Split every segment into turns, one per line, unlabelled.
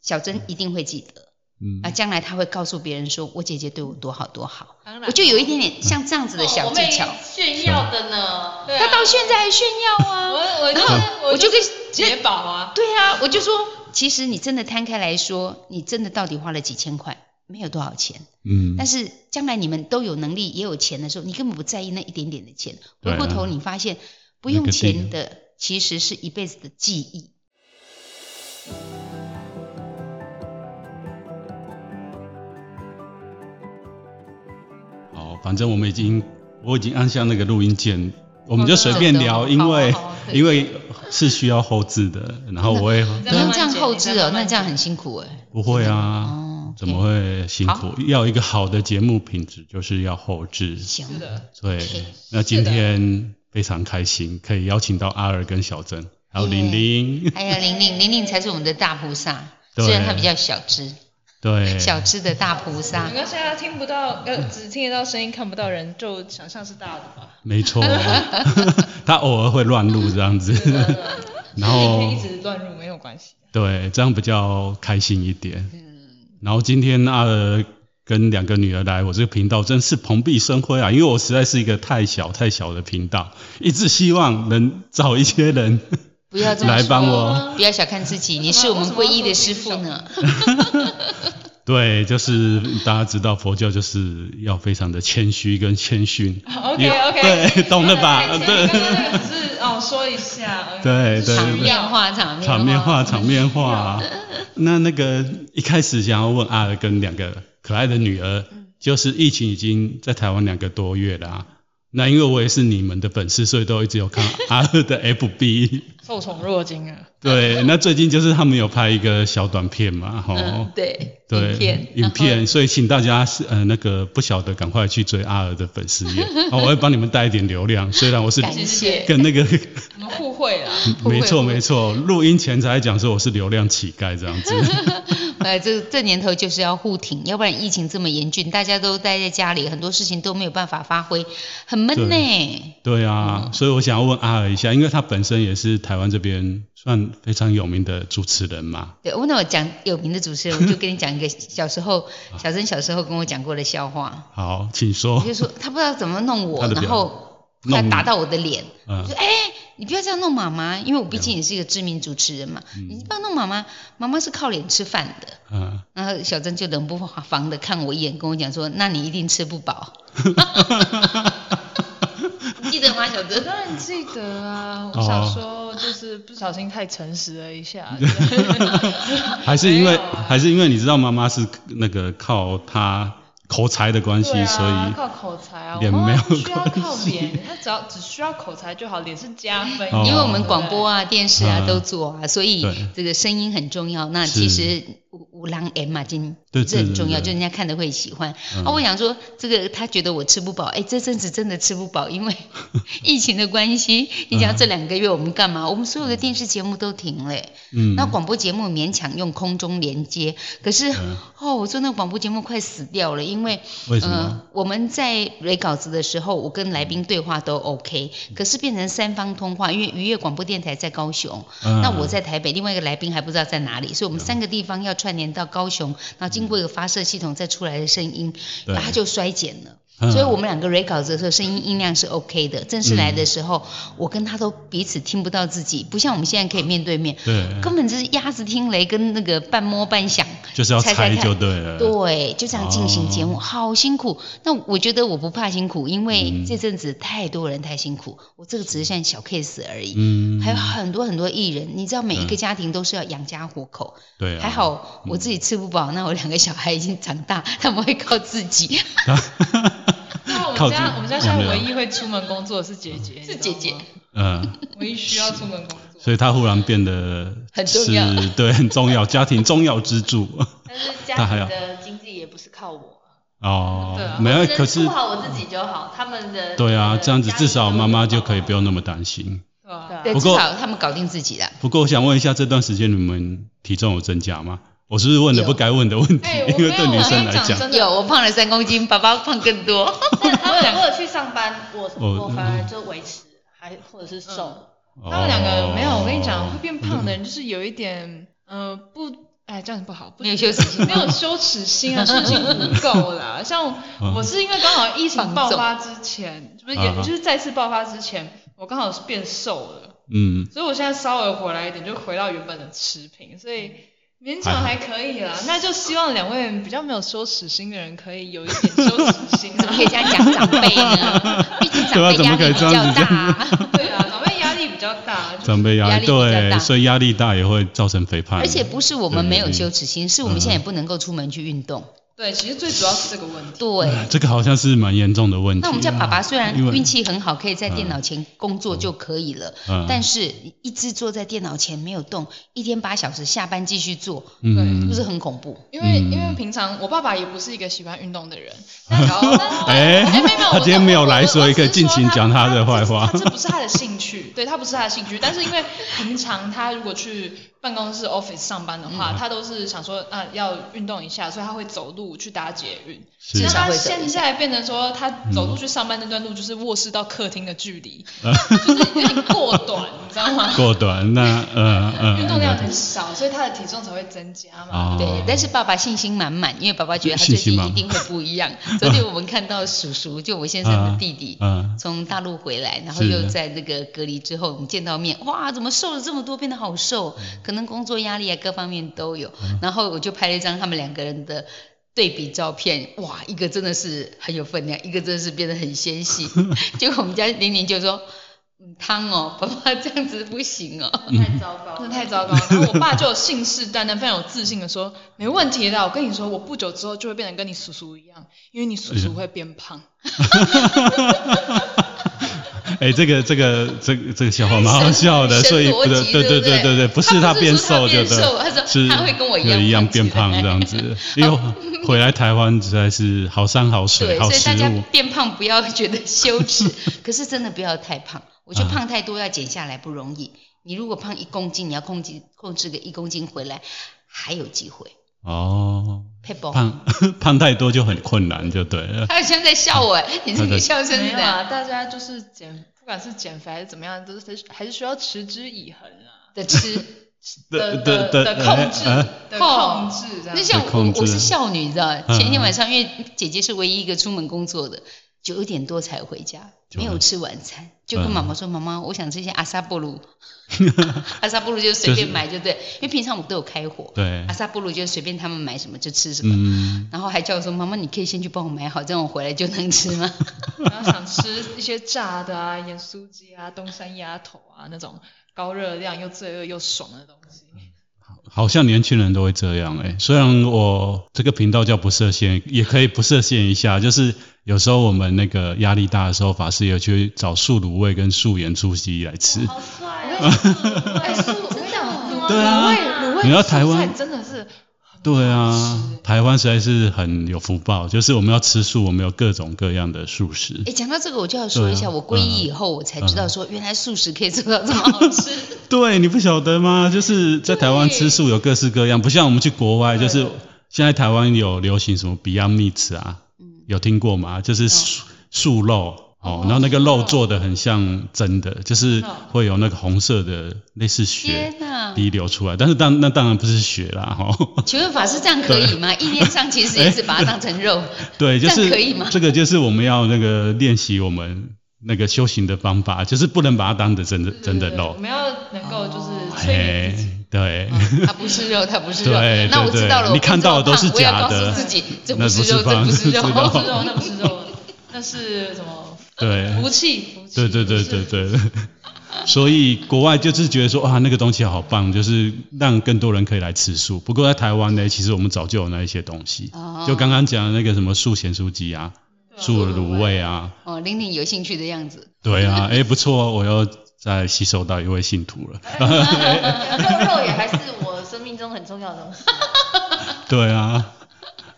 小珍一定会记得
嗯
哎
啊，将来她会告诉别人说我姐姐对我多好多好。
当然
我就有一点点像这样子的小技巧
嗯哦我，妹炫耀的呢，对啊
她到现在还炫耀啊。
我我
然
就
后
是
我
我
就跟
解宝啊，
对啊，我就说，其实你真的摊开来说，你真的到底花了几千块，没有多少钱。
嗯
但是将来你们都有能力也有钱的时候，你根本不在意那一点点的钱。
对
回
啊
过头你发现，不
那
用
个地
钱的其实是一辈子的记忆。
好，哦反正我们已经我已经按下那个录音键，我们就随便聊，
真的
因为
好啊好 啊可以哦
因为是需要后置的，然后我也
你
你
再慢
们
慢
这样
减
后
你
置
再
哦
慢，慢
那这样
减
很辛苦哎。
不会
哦
啊，
，OK
怎么会辛苦？要一个好的节目品质，就是要后置。
行，
是的，
对
OK，
那今
是的
天非常开心，可以邀请到阿尔跟小珍，还有
耶
玲玲。
还有哎玲玲，玲玲才是我们的大菩萨，
对
虽然她比较小只，
对，
小只的大菩萨
没。关系啊，听不到呃，只听得到声音，看不到人，就想象是大的 吧。
没 错，他偶尔会乱录这样子，然
你
后
可以一直乱入没有 关系。
对，这样比较开心一点。然后今天阿尔跟两个女儿来我这个频道，真是蓬荜生辉啊！因为我实在是一个太小太小的频道，一直希望能找一些人
不要这么
来
说
帮我。
不要小看自己，你是我们皈依的师傅呢。
对，就是大家知道佛教就是要非常的谦虚跟谦逊。
哦 OK OK，
对，懂了 吧？对
刚刚那个只是哦说一下，嗯
对对
场
对
面化，场面化，
场面化，场面化。那那个一开始想要问阿尔跟两个可爱的女儿，就是疫情已经在台湾两个多月啦、那因为我也是你们的粉丝，所以都一直有看阿尔 的 FB。
受宠若惊啊。
对，那最近就是他们有拍一个小短片嘛，吼、
嗯，对，
哦对，
影片，
影片所以请大家是呃那个不晓得赶快去追阿尔的粉丝 页，哦，我会帮你们带一点流量，虽然我是
感谢
跟 那个
我们互惠啦，
不会
没错
不会
没错，录音前才讲说我是流量乞丐这样子，
呃，这这年头就是要互挺，要不然疫情这么严峻，大家都待在家里，很多事情都没有办法发挥，很闷呢。
对啊，所以我想要问阿尔一下，因为他本身也是台湾这边算非常有名的主持人嘛，
对，我那我讲有名的主持人，我就跟你讲一个小时 候小珍小时候跟我讲过的笑话，
好，请
我
说，
就说他不知道怎么弄我
哦他，的表
然后
弄
他
你
打到我的脸，
嗯，
你不要这样弄妈妈，因为我毕竟也是一个知名主持人嘛，你不要弄妈妈，妈妈是靠脸吃饭的。
嗯，
然后小珍就冷不防的看我一眼，跟我讲说：“那你一定吃不饱。” 你记得吗，小
我
珍？
当然记得啊。我
哦
想说，就是不小心太诚实了 一下。
还是因
没
为
有
哎
啊
还是因为你知道妈妈是那个靠她口才的关系，
对
所
啊，
以
靠口才啊，我
脸
妈
没
妈
有
不需要靠
关系
脸，她只要只需要口才就好，脸是加分。
哦
因为我们广播
啊，
啊、电视啊
嗯
都做啊，所以
对
这个声音很重要。那
是
其实五五郎 M 啊，今
对
这很重要，
对对对
就人家看的会喜欢。
嗯
啊，我想说，这个他觉得我吃不饱，哎，这阵子真的吃不饱，因 为疫情的关系。你讲这两个月我们干嘛？我们所有的电视节目都停了、哎
嗯，
那广播节目勉强用空中连接，可是、
嗯
哦，我做那个广播节目快死掉了，因为
为什么
呃？，我们在蕊稿子的时候，我跟来宾对话都
嗯
OK，可是变成三方通话，因为愉悦广播电台在高雄，
嗯
那我在台北，另外一个来宾还不知道在哪里，所以我们三个地方要串联到高雄，然后经过一个发射系统再出来的声音，
对
它就衰减了。
嗯
所以我们两个 re 稿子的时候，声音音量是 OK 的。正式来的时候，我跟他都彼此听不到自己，不像我们现在可以面对面，
对，
根本就是鸭子听雷跟那个半摸半响。
就是要
猜猜
猜
看
就对了，
对，就这样进行节目，
哦
好辛苦。那我觉得我不怕辛苦，因
嗯
为这阵子太多人太辛苦，我这个只是算小 case 而已。
嗯，
还有很多很多艺人，你知道每一个
嗯
家庭都是要养家糊口，
对啊，
还 好我自己吃不饱，那我两个小孩已经长大，
嗯
他们会靠自 己。
那我
靠
们
近
家我们家现在
有没
唯
有
一会出门工作的是姐姐，
是
你知道
姐姐
吗，
嗯，
唯一需要出门工作。
所以他忽然变得
很重要
是，对，很重要，家庭重要支柱。
但是
那
家
还
庭
有
的经济也不是靠我，
哦，
对啊
没有，
只
可是
顾好我自己就好。他们的
对啊，
呃
这样子
家
至
庭
少
都
妈妈
有
就
帮
可以
忙
不用那么担心。
对吧？
对啊
对，
不
至
过
少他们搞定自己啦。
不过我想问一下，这段时间你们体重有增加吗？我是不是问了不该问的问题？
哎我
因为对
没
女
有
生
我
来
跟你讲
讲，
真的
有，我胖了三公斤，爸爸胖更 多。
但他们我有去上班，我
哦
我反而就维持，还或者是瘦。
他们两个没有，
哦
我跟你讲，会变胖的人就是有一点，呃，不哎，这样不好，不
没有羞耻心
没有羞耻心啊，事情不够啦。 像我是因为刚好疫情爆发之前，不是也
嗯啊
就是再次爆发之前，我刚好是变瘦了，
嗯，
所以我现在稍微回来一点，就回到原本的持平，所以勉强还可以啦。那就希望两位比较没有羞耻心的人，可以有一点羞耻心
怎么可以
啊。
这样讲长辈呢？毕竟长
对啊
辈
怎
压
么可
力
以
比
这
较
样子
大啊，
对啊，长辈压力比较大，就是
长辈压力
压力比较大
对，所以压力大也会造成肥胖，
而且不是我们没有羞耻心，是我们现在也
嗯
不能够出门去运动。
对，其实最主要是这个问题。
对，
啊这个好像是蛮严重的问题啊。
那我们家爸爸虽然
因为
运气很好，可以在电脑前工作就可以了，
嗯
但是一直坐在电脑前没有动，一天八小时，下班继续做，
嗯
是不是很恐怖？
因为、
嗯
因为平常我爸爸也不是一个喜欢运动 的人， 但然后
哎
但是没有没 有，
他
我
今天没有来所以可以
我我是说
尽情讲他的坏话
他这这不是他的兴趣，对他不是他的兴趣，但是因为平常他如果去办公室 office 上班的话，
嗯
他都是想说啊要运动一下，所以他会走路去搭捷运。
是嗯
那他
会走一下
现在变成说，他走路去上班那段路就是卧室到客厅的 距离，就是有点过短，你知道吗？
过短，那呃呃，
运动量很少，所以他的体重才会增加
哦
嘛。
对，但是爸爸信心满满，因为爸爸觉得他最
信
近
心满
一
满
定会不一 样。昨天我们看到叔叔，就我先生的弟弟，
嗯
从大陆回来，然后
是
又在那个隔离之后，我们见到面，哇，怎么瘦了这么多，变得好瘦？可能工作压力啊，各方面都有。然后我就拍了一张他们两个人的对比照片，哇，一个真的是很有分量，一个真的是变得很纤细。结果我们家玲玲就说。嗯汤哦，爸爸这样子不行哦。
嗯太糟糕
真
了，
的太糟糕了。然后我爸就信誓旦旦、非常有自信的说：“没问题的，我跟你说，我不久之后就会变得跟你叔叔一样，因为你叔叔会变 胖。
哎、这个这个这个这个笑话蛮好笑的，
神
所以
逻
不对
辑
对
对不
对
对
对对，不是
他不是
变
说他
瘦就
变
对
瘦他说，
是
他会跟我一样
对一样
胖起
变胖
来
这样 子，因为回来台湾实在是好山好水
对，
好哦
所以
食
大家
物，
变胖不要觉得羞 耻，可是真的不要太胖。我
啊
觉得胖太多要减下来不容易。你如果胖一公斤，你要控制控制个一公斤回来，还有机会。
哦，
佩宝，
胖 胖太多就很困难就对了，
他好像在笑 我，你这
他在
个笑声
没
是
有
怎样？
啊，大家就是减，不管是减肥还是怎么样，都是还是需要持之以恒啊
的 吃。
的
对
的的控制
哎哎
的控制这样
那。像
被
我
控，制
我是少女，你知道吗？前一天
嗯
晚上，因为姐姐是唯一一个出门工作的，九点多才回家，
九
没有
点
吃晚餐，就跟
嗯
妈妈说：“妈妈，我想吃一些阿萨布 鲁。”阿萨布鲁就随便买，就对，因为平常我们都有开火，
对
阿，萨布鲁就随便他们买什么就吃什么。
嗯，
然后还叫我说：“妈妈，你可以先去帮我买好，这样我回来就能吃 吗。
然后想吃一些炸的啊，盐酥鸡啊，东山鸭头啊那种高热量又罪恶又爽的东西。
好像年轻人都会这样哎、虽然我这个频道叫不设限，也可以不设限一下，就是有时候我们那个压力大的时候，法师有去找素卤味跟素盐素鸡来吃。
好帅哦！
哎，
哎，
是
是
我
我
跟
跟
你
你
讲，
讲，
卤
对啊
味卤味
你要
蔬
台湾
菜真的是
对
好
啊
吃，
台湾实在是很有福报，就是我们要吃素，我们有各种各样的素食？”
哎，讲到这个，我就要说一下，
对啊嗯
我皈依以后，我才知道说，原来素食可以做到这么好 吃。
对，你不晓得吗？就是在台湾吃素有各式各样，不像我们去国外，就是现在台湾有流行什么 Beyond Meat 啊，
嗯
有听过吗？
哦
就是素素肉。哦，然后那个肉做的很像真
哦
的，就是会有那个红色的类似血
天哪！
滴流出来，但是当那当然不是血啦，哦哈、
请问法师这样可以吗？意念上其实也是把它当成肉，
对，就
这样
是
可以吗
这个就是我们要那个练习我们那个修行的方法，就是不能把它当的真的真的
我
肉。
们要能够就是催眠
哎
自己。，
对，
它不是肉，它不是肉
对。
那我
对
知道了，
对
我
你看到的都是
变这么胖我
假的
要告诉自己，这
那
不是
不是
肉，这
胖
不是肉，
知
那
道
不是哦肉，那不是肉，那是什么？
对
哦
福气，福气。
对对对
不是
对。对。 所以国外就是觉得说啊哇，那个东西好棒，就是让更多人可以来吃素。不过在台湾呢，其实我们早就有那一些东西，
哦
就刚刚讲的那个什么素咸酥鸡啊、素卤味啊，
哦，玲玲有兴趣的样子。
对啊，哎不错，我又再吸收到一位信徒了。
肉肉也还是我生命中很重要的东西。
对啊，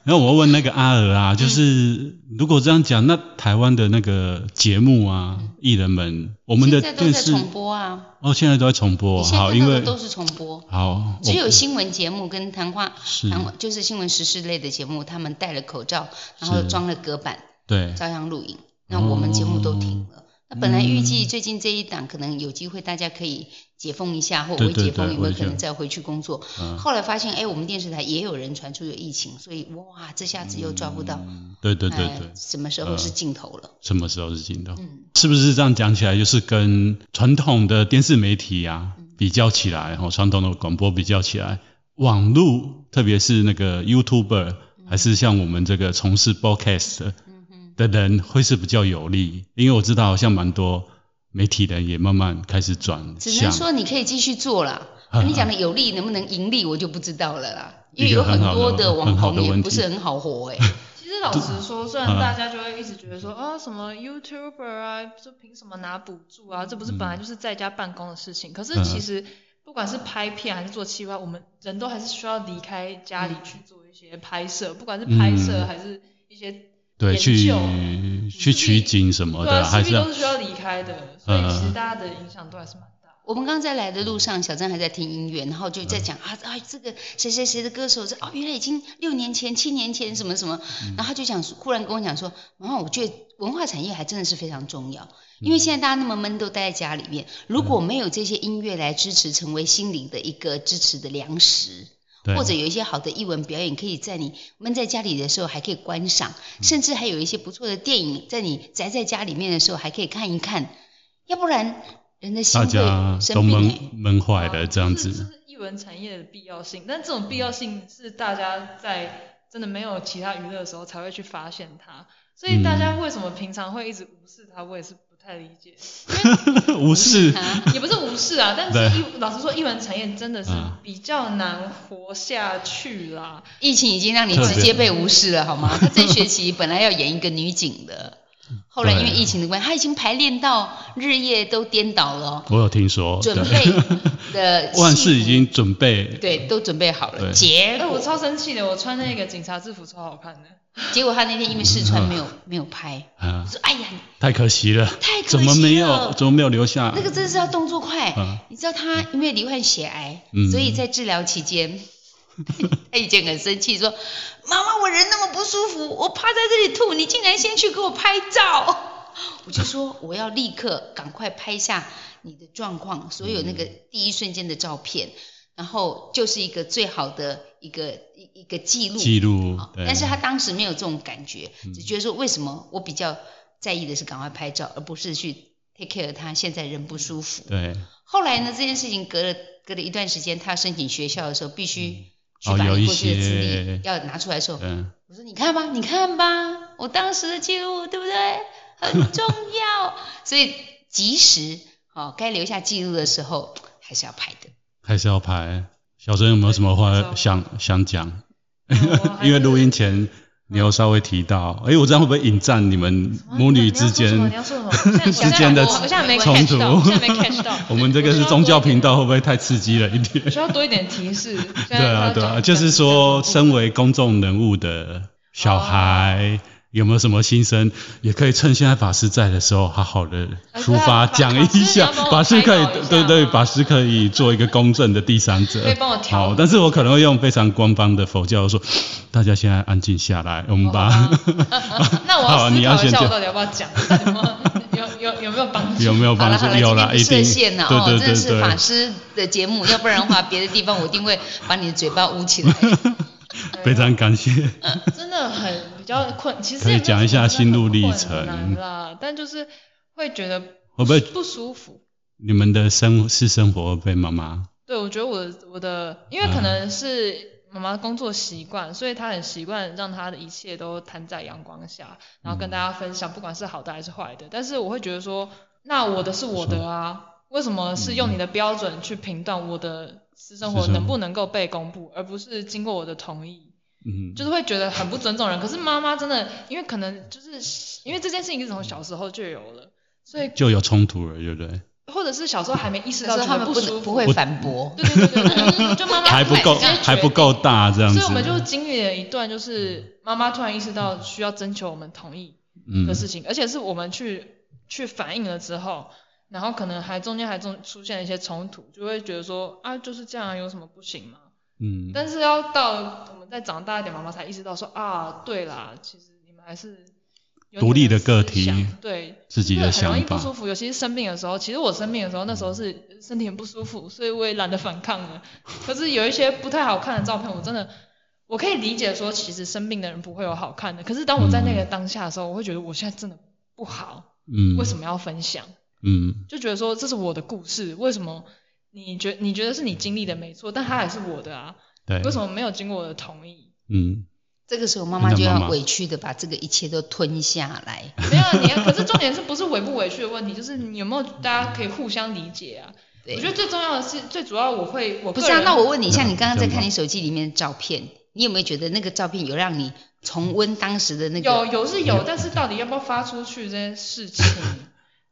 然后我问那个阿尔
嗯
啊，就是如果这样讲，那台湾的那个节目啊，艺人们，我
我
们的
现在都
电
在
视
重播啊，
哦，现在都在重播，
你现在
好，
看
因
到的
为
都是重播，
好，
只有
我
新闻节目跟谈话。
是
谈话就是新闻时事类的节目，他们戴了口罩，然后
是哦
装了隔板，
对
照样录影。那我们节目都停了，那本来预
嗯
计最近这一档可能有机会，大家可以解封一下，或
对
微
对
解封，
对
有没
微
有
解
可能再回去工作？
嗯
后来发现，哎，我们电视台也有人传出有疫情，所以哇，这下子又抓不到，
对嗯对对
哎
对，嗯
什么时候是尽头了？
什么时候是尽头？
嗯，
是不是这样讲起来，就是跟传统的电视媒体啊比较起来，哈，传统的广播比较起来，网络特别是那个 YouTuber，还是像我们这个从事 Podcast 的人，会是比较有利，因为我知道好像蛮多媒体人也慢慢开始转
只能
向，
说你可以继续做啦。
嗯
那你讲的有利能不能盈利，我就不知道了啦，因为
一个
有很
很好的
多的网
很好的
红也
问
不
题
是很好活哎、
其实老实说，虽然
啊
大家就会一直觉得说啊，什么 YouTuber 啊，就凭什么拿补助啊？这不是本
嗯
来就是在家办公的事情。可是其实不管是拍片啊还是做企划，我们人都还是需要离开家里去做一些拍摄，不管是拍摄
嗯
还是一些
对，
研
去哦
究
去取景什么
对
的，
啊，
还是
c p
要
都是需要离开的，所以其实大家的影响都还是蛮大的。
我们刚才来的路上，小张还在听音乐，然后就在讲、啊啊，这个谁谁谁的歌手，这哦，原来已经六年前、七年前什么什么，然后他就讲，忽然跟我讲说，妈妈，我觉得文化产业还真的是非常重要，因为现在大家那么闷，都待在家里面，如果没有这些音乐来支持，成为心灵的一个支持的粮食。
对
或者有一些好的艺文表演，可以在你闷在家里的时候还可以观赏，
嗯
甚至还有一些不错的电影，在你宅在家里面的时候还可以看一看。要不然人的心
大
会
家都
生病、
闷
欸。
闷坏了这样
这啊是
子，
这是艺文产业的必要性，但这种必要性是大家在真的没有其他娱乐的时候才会去发现它，所以大
嗯
家为什么平常会一直无视它，我也是不太理解，
无视。
也不是无视啊，但
对
是艺老实说，艺文产业真的是
嗯
比较难活下去啦。
疫情已经让你
特别
直接被无视了，好吗？他这学期本来要演一个女警的，后来因为疫情的关系，他已经排练到日夜都颠倒了哦，
我有听说，
准
对
备 的
万
戏
事已
服
经准备，
对都准备好了，
对
结
哎、我
果
超生气的，我穿那个警察制服超好看 的，
结果他那天因为试穿没有没有拍，
啊
我，说哎呀，
太可惜了，
太可惜了
怎么没有，怎么没有留下？
那个真是要动作快。
嗯
你知道他因为罹患血癌，
嗯
所以在治疗期间， 他以前很生气说：“妈妈，我人那么不舒服，我趴在这里吐，你竟然先去给我拍照。” 我就说我要立刻赶快拍下你的状况，所有那个第一瞬间的照片，然后就是一个最好的一个一一个记录。
记录
好，
对嗯
但是他当时没有这种感觉，只觉得说为什么我比较在意的是赶快拍照，而不是去 take care 他现在人不舒服。
对，
后来呢，这件事情隔了隔了一段时间，他申请学校的时候，必须去
哦
把
有一
你过去的资历
些
要拿出来的时候，
嗯，
我说你看吧，你看吧，我当时的记录对不对？很重要， 所以及时哦，该留下记录的时候还是要拍的。
还是要拍。小珍有没有什么话想想讲？
哦 我还啊是
因为录音前你有稍微提到，哎、我这样会不会引战你们母女之
你
间？
要说什么？你 要说什么？我现在
之间的
我现在没
冲
catch
突
到，我 现在没 catch 到。
我们这个是宗教频道，会不会太刺激了一点？
需要多一点提 示。现在
对啊，
要
对啊，
讲
就是说，
讲
身为公众人物的小孩，有没有什么心声，也可以趁现在法师在的时候，好好的出发
啊对啊
讲
法
一下
法师你要
法师可以
帮。我开导一，下
对对，
吗
法师可以做一个公正的第三者。
可以帮我调
好，但是我可能会用非常官方的佛教说，大家现在安静下来，我们把、
哦 那我
好你要
要思考
先
一下，
讲
我到底要不要讲？到底有没 有有有有没有帮助？
有没有
好
帮
了
助
好了，？
有
今天
啦，
不设限了哦，
一定。对对
这
对
是法
对，
师的节目，要不然的话，别的地方我一定会把你的嘴巴捂起来。
非常感谢。
真的很比较困，其实
可以
也没有
讲一下
什么
心路历
真的很
程
困难啦，但就是会觉得
会不会
不舒服。
你们的生私生活被妈妈？
对，我觉得我的我的，因为可能是妈妈工作习惯，所以她很习惯让她的一切都摊在阳光下，然后跟大家分享，不管是好的还是坏的。但是我会觉得说，那我的是我的啊，为什么是用你的标准去评断我的私生活
私生活
能不能够被公布，而不是经过我的同意？
嗯，
就是会觉得很不尊重人。可是妈妈真的，因为可能就是因为这件事情是从小时候就有了，所以
就有冲突了，对不对？
或者是小时候还没意识
可
到
是
觉
他
得
们
不
不
舒
能
服，
不会反驳，
对对对对对，就妈妈
还不够
直接决定
还不够大这样子。
所以我们就经历了一段，就是妈妈突然意识到需要征求我们同意
嗯
的事情，而且是我们去去反映了之后，然后可能还中间还中出现了一些冲突，就会觉得说啊就是这样啊，有什么不行吗？
嗯，
但是要到我们再长大一点，妈妈才意识到说啊，对啦，其实你们还是有
独立的个
自己
体
想对
自己的
真很容易
想
不
法。嗯
舒服，尤其是生病的时候。其实我生病的时候，那时候是身体很不舒服，所以我也懒得反抗了。 可是有一些不太好看的照片，我真的我可以理解说，其实生病的人不会有好看的。可是当我在那个当下的时候，我会觉得我现在真的不好，
嗯，
为什
么？
么要分享？
嗯
就觉得说这是我的故事，为什么你觉你觉得是你经历的没错，但它也是我的啊，
对，
为什么没有经过我的同意？
嗯
这个时候妈妈
你
就
的妈
要
妈
委屈的把这个一切都吞下来。
没有啊你要， 可是重点是不是委不委屈的问题，就是你有没有大家可以互相理解啊？
对
我觉得最重要的是，最主要我会我
不
个
是啊，
人
那我问你，
嗯
像你刚刚在
这样吧
看你手机里面的照片，你有没有觉得那个照片有让你重温当时的那个？
有有是有，但是到底要不要发出去这件事情，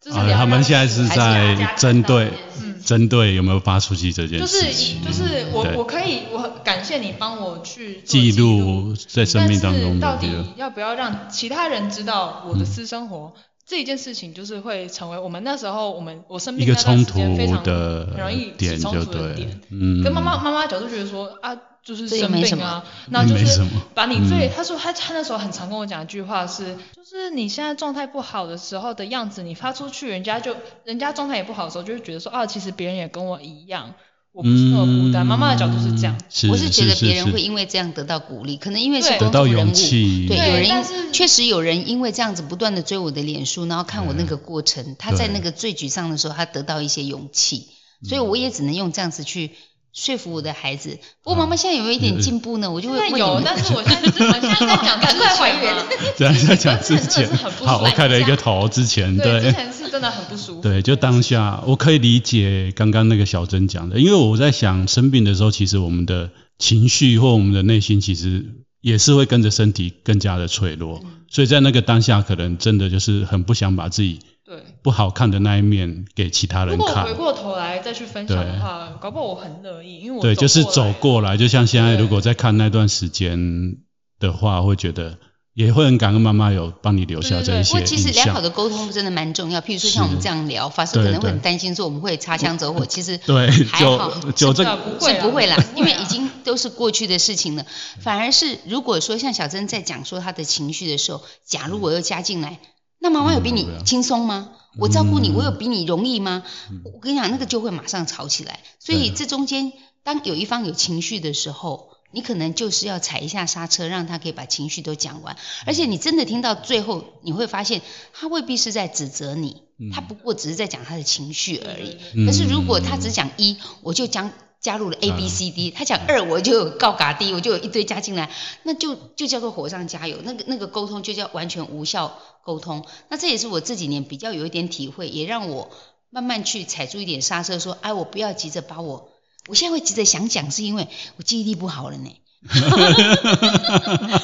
就是
啊
你要
他们
让
现在是
还是大家
在针对
看到这件事
针对有没有发出去这件
就
事
是
情，
就是我
对
我可以我很感谢你帮我去做
记
记
录在生命当中的
但是到
记录
底要不要让其他人知道我
嗯
的私生活、这一件事情，就是会成为我们那时候我们我生
一
病
个
那段
冲
时
突
间非常
的
很容易起
点
冲
就
突的
对
点。，
嗯，
跟妈妈妈妈角度觉得说啊，就是
这也
生
没什
病
么
啊，那就
没什
是
么
把你最，
嗯
他说他他那时候很常跟我讲一句话是，就是你现在状态不好的时候的样子，你发出去，人家就人家状态也不好的时候，就会觉得说啊，其实别人也跟我一样，我不是那么孤单。妈妈的角度是这样，，
嗯是
我是觉得
是
别人
是
会因为这样得到鼓励，可能因为是
对
公
得到
众人
勇
物，
气，
对，
对
有人
但
因
是
确实有人因为这样子不断的追我的脸书，然后看我那个过程，他在那个最沮丧的时候，他得到一些勇气，
嗯
所以我也只能用这样子去说服我的孩子。不过妈
嗯
妈现在有没有一点进步呢？我就
嗯
会
现在
问你
有，
们，
但是我现在就是我现在在讲，赶快 还原。
这样在讲之
真的
前
真的是很不，舒服
好，我开了一个头，之前
对，之
对
前是真的很不舒服。
对，就当下我可以理解刚刚那个小珍讲的，因为我在想生病的时候，其实我们的情绪或我们的内心其实也是会跟着身体更加的脆弱，
嗯
所以在那个当下，可能真的就是很不想把自己
对。
不好看的那一面给其他
如
人
果我
看
回。过头来再去分享
对
的话，搞不好我很乐意，因为我
对，就是走
来
过来，就像现在
对
如果在看那段时间的话，会觉得也会很感恩妈妈有帮你留下这一
不
些
过
印
其实良好
象。
的沟通真的蛮重要。譬如说
是
像我们这样聊，法师
对
可能会
对
很担心说我们会擦枪走 火，其实
对，
还好
就就这
真的不会
是
啊
不会啦，
不
因
会
为
啊
已经都是过去的事情了。反而是如果说像小珍在讲说她的情绪的时候，假如我又加进来，那妈妈有比你
嗯
轻松吗？我照顾你，
嗯
我有比你容易吗？我跟你讲，那个就会马上吵起来。所以
对
这中间，当有一方有情绪的时候，你可能就是要踩一下刹车，让他可以把情绪都讲完。而且你真的听到最后，你会发现他未必是在指责你，
嗯
他不过只是在讲他的情绪而已。
嗯
可是如果他只讲一，我就将加入了 A
嗯
B C D，、他讲二我就有告嘎 D，我就有一堆加进来，那就就叫做火上加油，那个那个沟通就叫完全无效沟通。那这也是我这几年比较有一点体会，也让我慢慢去踩住一点刹车，说，哎，我不要急着把我，我现在会急着想讲，是因为我记忆力不好了呢。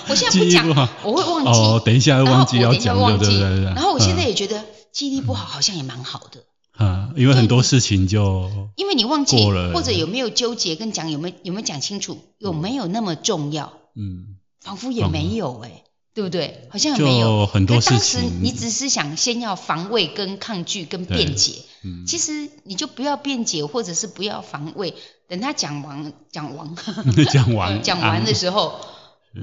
我现在不
记忆
讲
不好，
我会忘记。
哦，等一下
然后
忘
我
记
等
要
一下
讲的，
忘
对
记
对对。嗯
然后我现在也觉得记忆力不好，好像也蛮好的。
啊，因为很多事情就
因为你忘记
过了
或者有没有纠结跟讲有没有有没有讲清楚，有没有那么重要，
嗯，
仿佛也没有哎、对不对？好像也没有。
就很多
可
事
当时
情，
你只是想先要防卫、跟抗拒、跟
对
辩解，
嗯
其实你就不要辩解，或者是不要防卫。等他讲完讲 完
讲完
讲完的
啊
时候，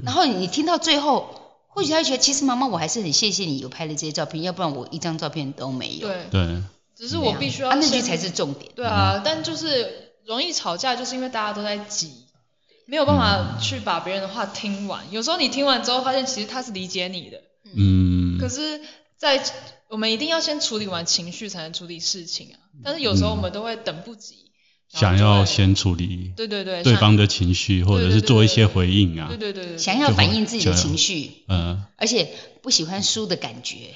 然后你听到最后，或许他会觉得其实妈妈我还是很谢谢你有拍的这些照片，要不然我一张照片都没有。
对，
对，嗯
只是我必须要
啊，那句
先
才是重点。
对啊，但就是容易吵架，就是因为大家都在急，没有办
嗯
法去把别人的话听完。有时候你听完之后，发现其实他是理解你的，
嗯
可，是在，我们一定要先处理完情绪，才能处理事情啊。但是有时候我们都会等不及，
嗯
然
想
后就
要
会
先处理
对对对
对
想
方的情绪，或者
对
是
对
做一
对
些回应啊
对，对对对，
想要反映自己的情绪，
嗯，
而且不喜欢输的感觉，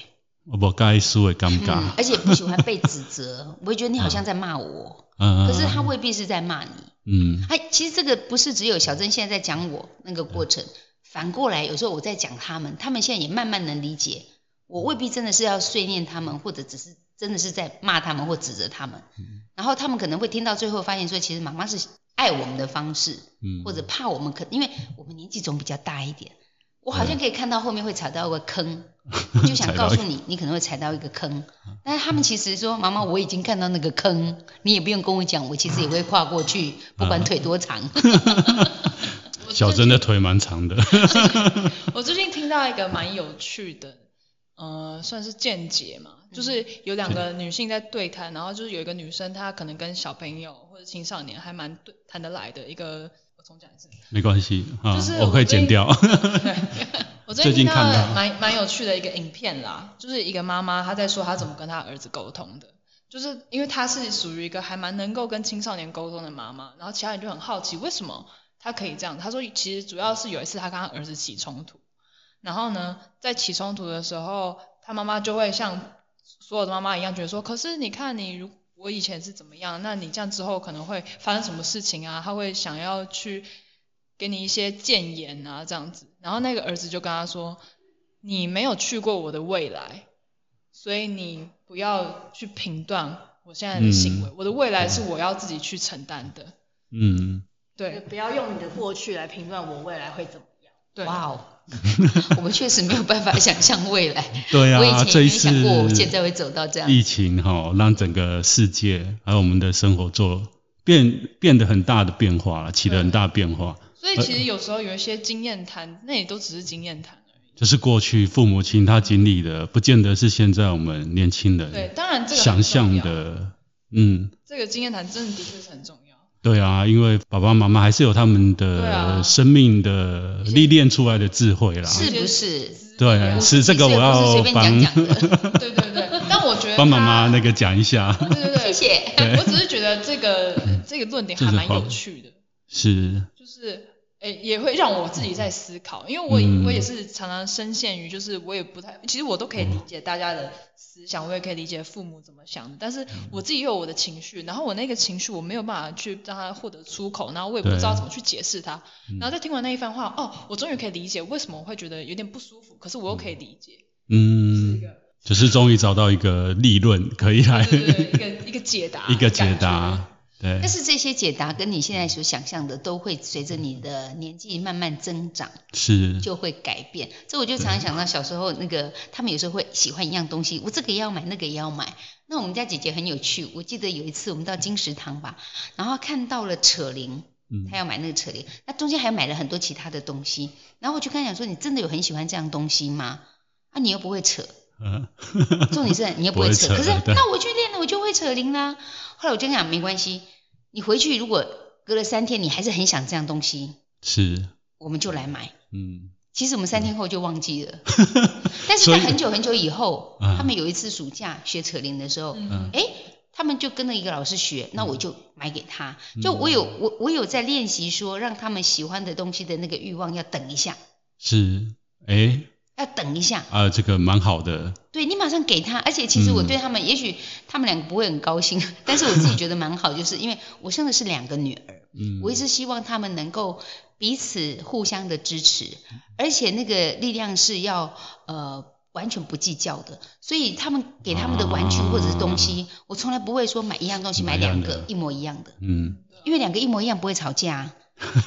我不该输的尴
嗯
尬，，
而且不喜欢被指责，我会觉得你好像在骂我，
嗯，
可是他未必是在骂你。
嗯
哎，其实这个不是只有小珍现在在讲我那个过程，反过来有时候我在讲他们，他们现在也慢慢能理解，我未必真的是要碎念他们，或者只是真的是在骂他们或指责他们，然后他们可能会听到最后发现说，其实妈妈是爱我们的方式，
嗯，
或者怕我们可，因为我们年纪总比较大一点，我好像可以看到后面会踩到一个坑，我就想
踩
告
到嗯
诉你，你可能会踩到一个坑。但是他们其实说，妈妈，我已经看到那个坑，你也不用跟我讲，我其实也会跨过去，不
嗯
管腿多长。
小珍的腿蛮长的，
我最近听到一个蛮有趣的，呃，算是见解嘛，
嗯
就是有两个女性在对谈，然后就是有一个女生她可能跟小朋友或者青少年还蛮对谈得来的一个，我重讲一次，
没关系啊，
就是
我
我
会
最
剪掉。
对， 我最
最近
近看
看
到
到
蛮蛮有趣的一个影片啦，就是一个妈妈她在说她怎么跟她儿子沟通的，就是因为她是属于一个还蛮能够跟青少年沟通的妈妈，然后其他人就很好奇为什么她可以这样，她说其实主要是有一次她跟她儿子起冲突，然后呢，在起冲突的时候，她妈妈就会像所有的妈妈一样觉得说，可是你看你如我以前是怎么样，那你这样之后可能会发生什么事情啊？她会想要去给你一些谏言啊，这样子。然后那个儿子就跟他说：“你没有去过我的未来，所以你不要去评断我现在的行为。我的未来是我要自己去承担的。
嗯，
就
对
不要用你的过去来评断我未来会怎么样。”
对，
哇哦，我们确实没有办法想象未来。
对
我以
啊，
前
这
也没
一
想
次
过，我现在会走到这样。
疫情哈、让整个世界还有我们的生活做变变得很大的变化了，起了很大的变化。
所以其实有时候有一些经验谈，那也都只是经验谈而已。
就是过去父母亲他经历的，不见得是现在我们年轻
对，
人
当然这个很
想象
重要，
的。嗯，
这个经验谈真的的确是很重要。
对啊，因为爸爸妈妈还是有他们
对
的
啊
生命的历练出来的智慧啦。
是不是？
对，
是
是这个我
不是随
要
便讲
帮
讲的。
对对对，但我觉 得
帮妈
他
妈那个讲一下。
对啊对对，
谢 谢。
对
我只是觉得这个这个论点还蛮有趣的，
是，
就是诶、也会让我自己在思考，因为我、
嗯
我也是常常深陷于，就是我也不太，其实我都可以理
嗯
解大家的思想，我也可以理解父母怎么想的，但是
嗯
我自己又有我的情绪，然后我那个情绪我没有办法去让它获得出口，然后我也不
对
知道怎么去解释它，
嗯
然后在听完那一番话，哦，我终于可以理解为什么我会觉得有点不舒服，可是我又可以理解，是一
嗯，
个
就是终于找到一个利润可以来
对对对，一个一个解答，
一个解
感觉
答。 对
但，是这些解答跟你现在所想象的，都会随着你的年纪慢慢增长，
是，
就会改变。这我就
嗯
常常想到小时候那个，他们有时候会喜欢一样东西，我这个也要买，那个也要买。那我们家姐姐很有趣，我记得有一次我们到金石堂吧，然后看到了扯铃，
嗯
他要买那个扯铃，那中间还买了很多其他的东西。然后我就跟他讲说：“你真的有很喜欢这样东西吗？啊，你又不会 扯，
嗯
重点是你又不
不
会
会
扯。
扯
可是
对
那我去练了，我就会扯铃啦。后来我就跟他讲没关系，你回去如果隔了三天你还是很想这样东西，
是，
我们就来买。
嗯
其实我们三天后就忘记了， 但是
所以
在很久很久以后，
啊
他们有一次暑假学扯铃的时候，
嗯
哎、他们就跟了一个老师
嗯
学，那我就买给他。就我有我我有在练习说，让他们喜欢的东西的那个欲望要等一下，
是，哎
要等一下。
啊，这个蛮好的，
对你马上给他，而且其实我
嗯
对他们，也许他们两个不会很高兴，但是我自己觉得蛮好，就是因为我生的是两个女儿，
嗯，
我一直希望他们能够彼此互相的支持，而且那个力量是要呃完全不计较的，所以他们给他们的玩具或者是东西，我从来不会说买一样东西
啊买
买
一样
两
的
个一模一样的，
嗯
因为两个一模一样不会吵架 啊，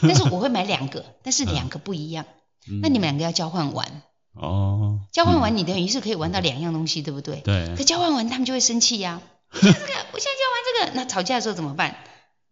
但是我会买两个，但是两个不一样，
嗯
那你们两个要交换玩，
哦，
交换完
嗯
你等于是可以玩到两样东西，对不对？可
对，
交换完他们就会生气 呀、现在这个，我现在要玩这个，那吵架的时候怎么办？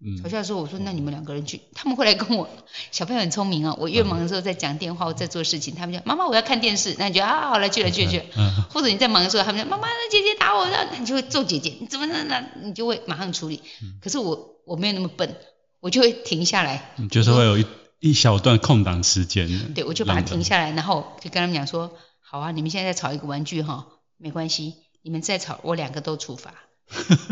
嗯
吵架的时候，我说那你们两个人去，他们会来跟我。 小朋友很聪明啊，我越忙的时候在讲电话，我在做事情，他们就妈妈我要看电视，那你就啊好了去了去了去了。
嗯
或者你在忙的时候，他们就妈妈那姐姐打我，那那你就会揍姐姐，你怎么那那你就会马上处理。可是我我没有那么笨，我就会停下来，
嗯就是会有一一小段空档时间，
对，我就把它
让
停下来，然后就跟他们讲说：“好啊，你们现在在吵一个玩具哈，没关系，你们再吵，我两个都处罚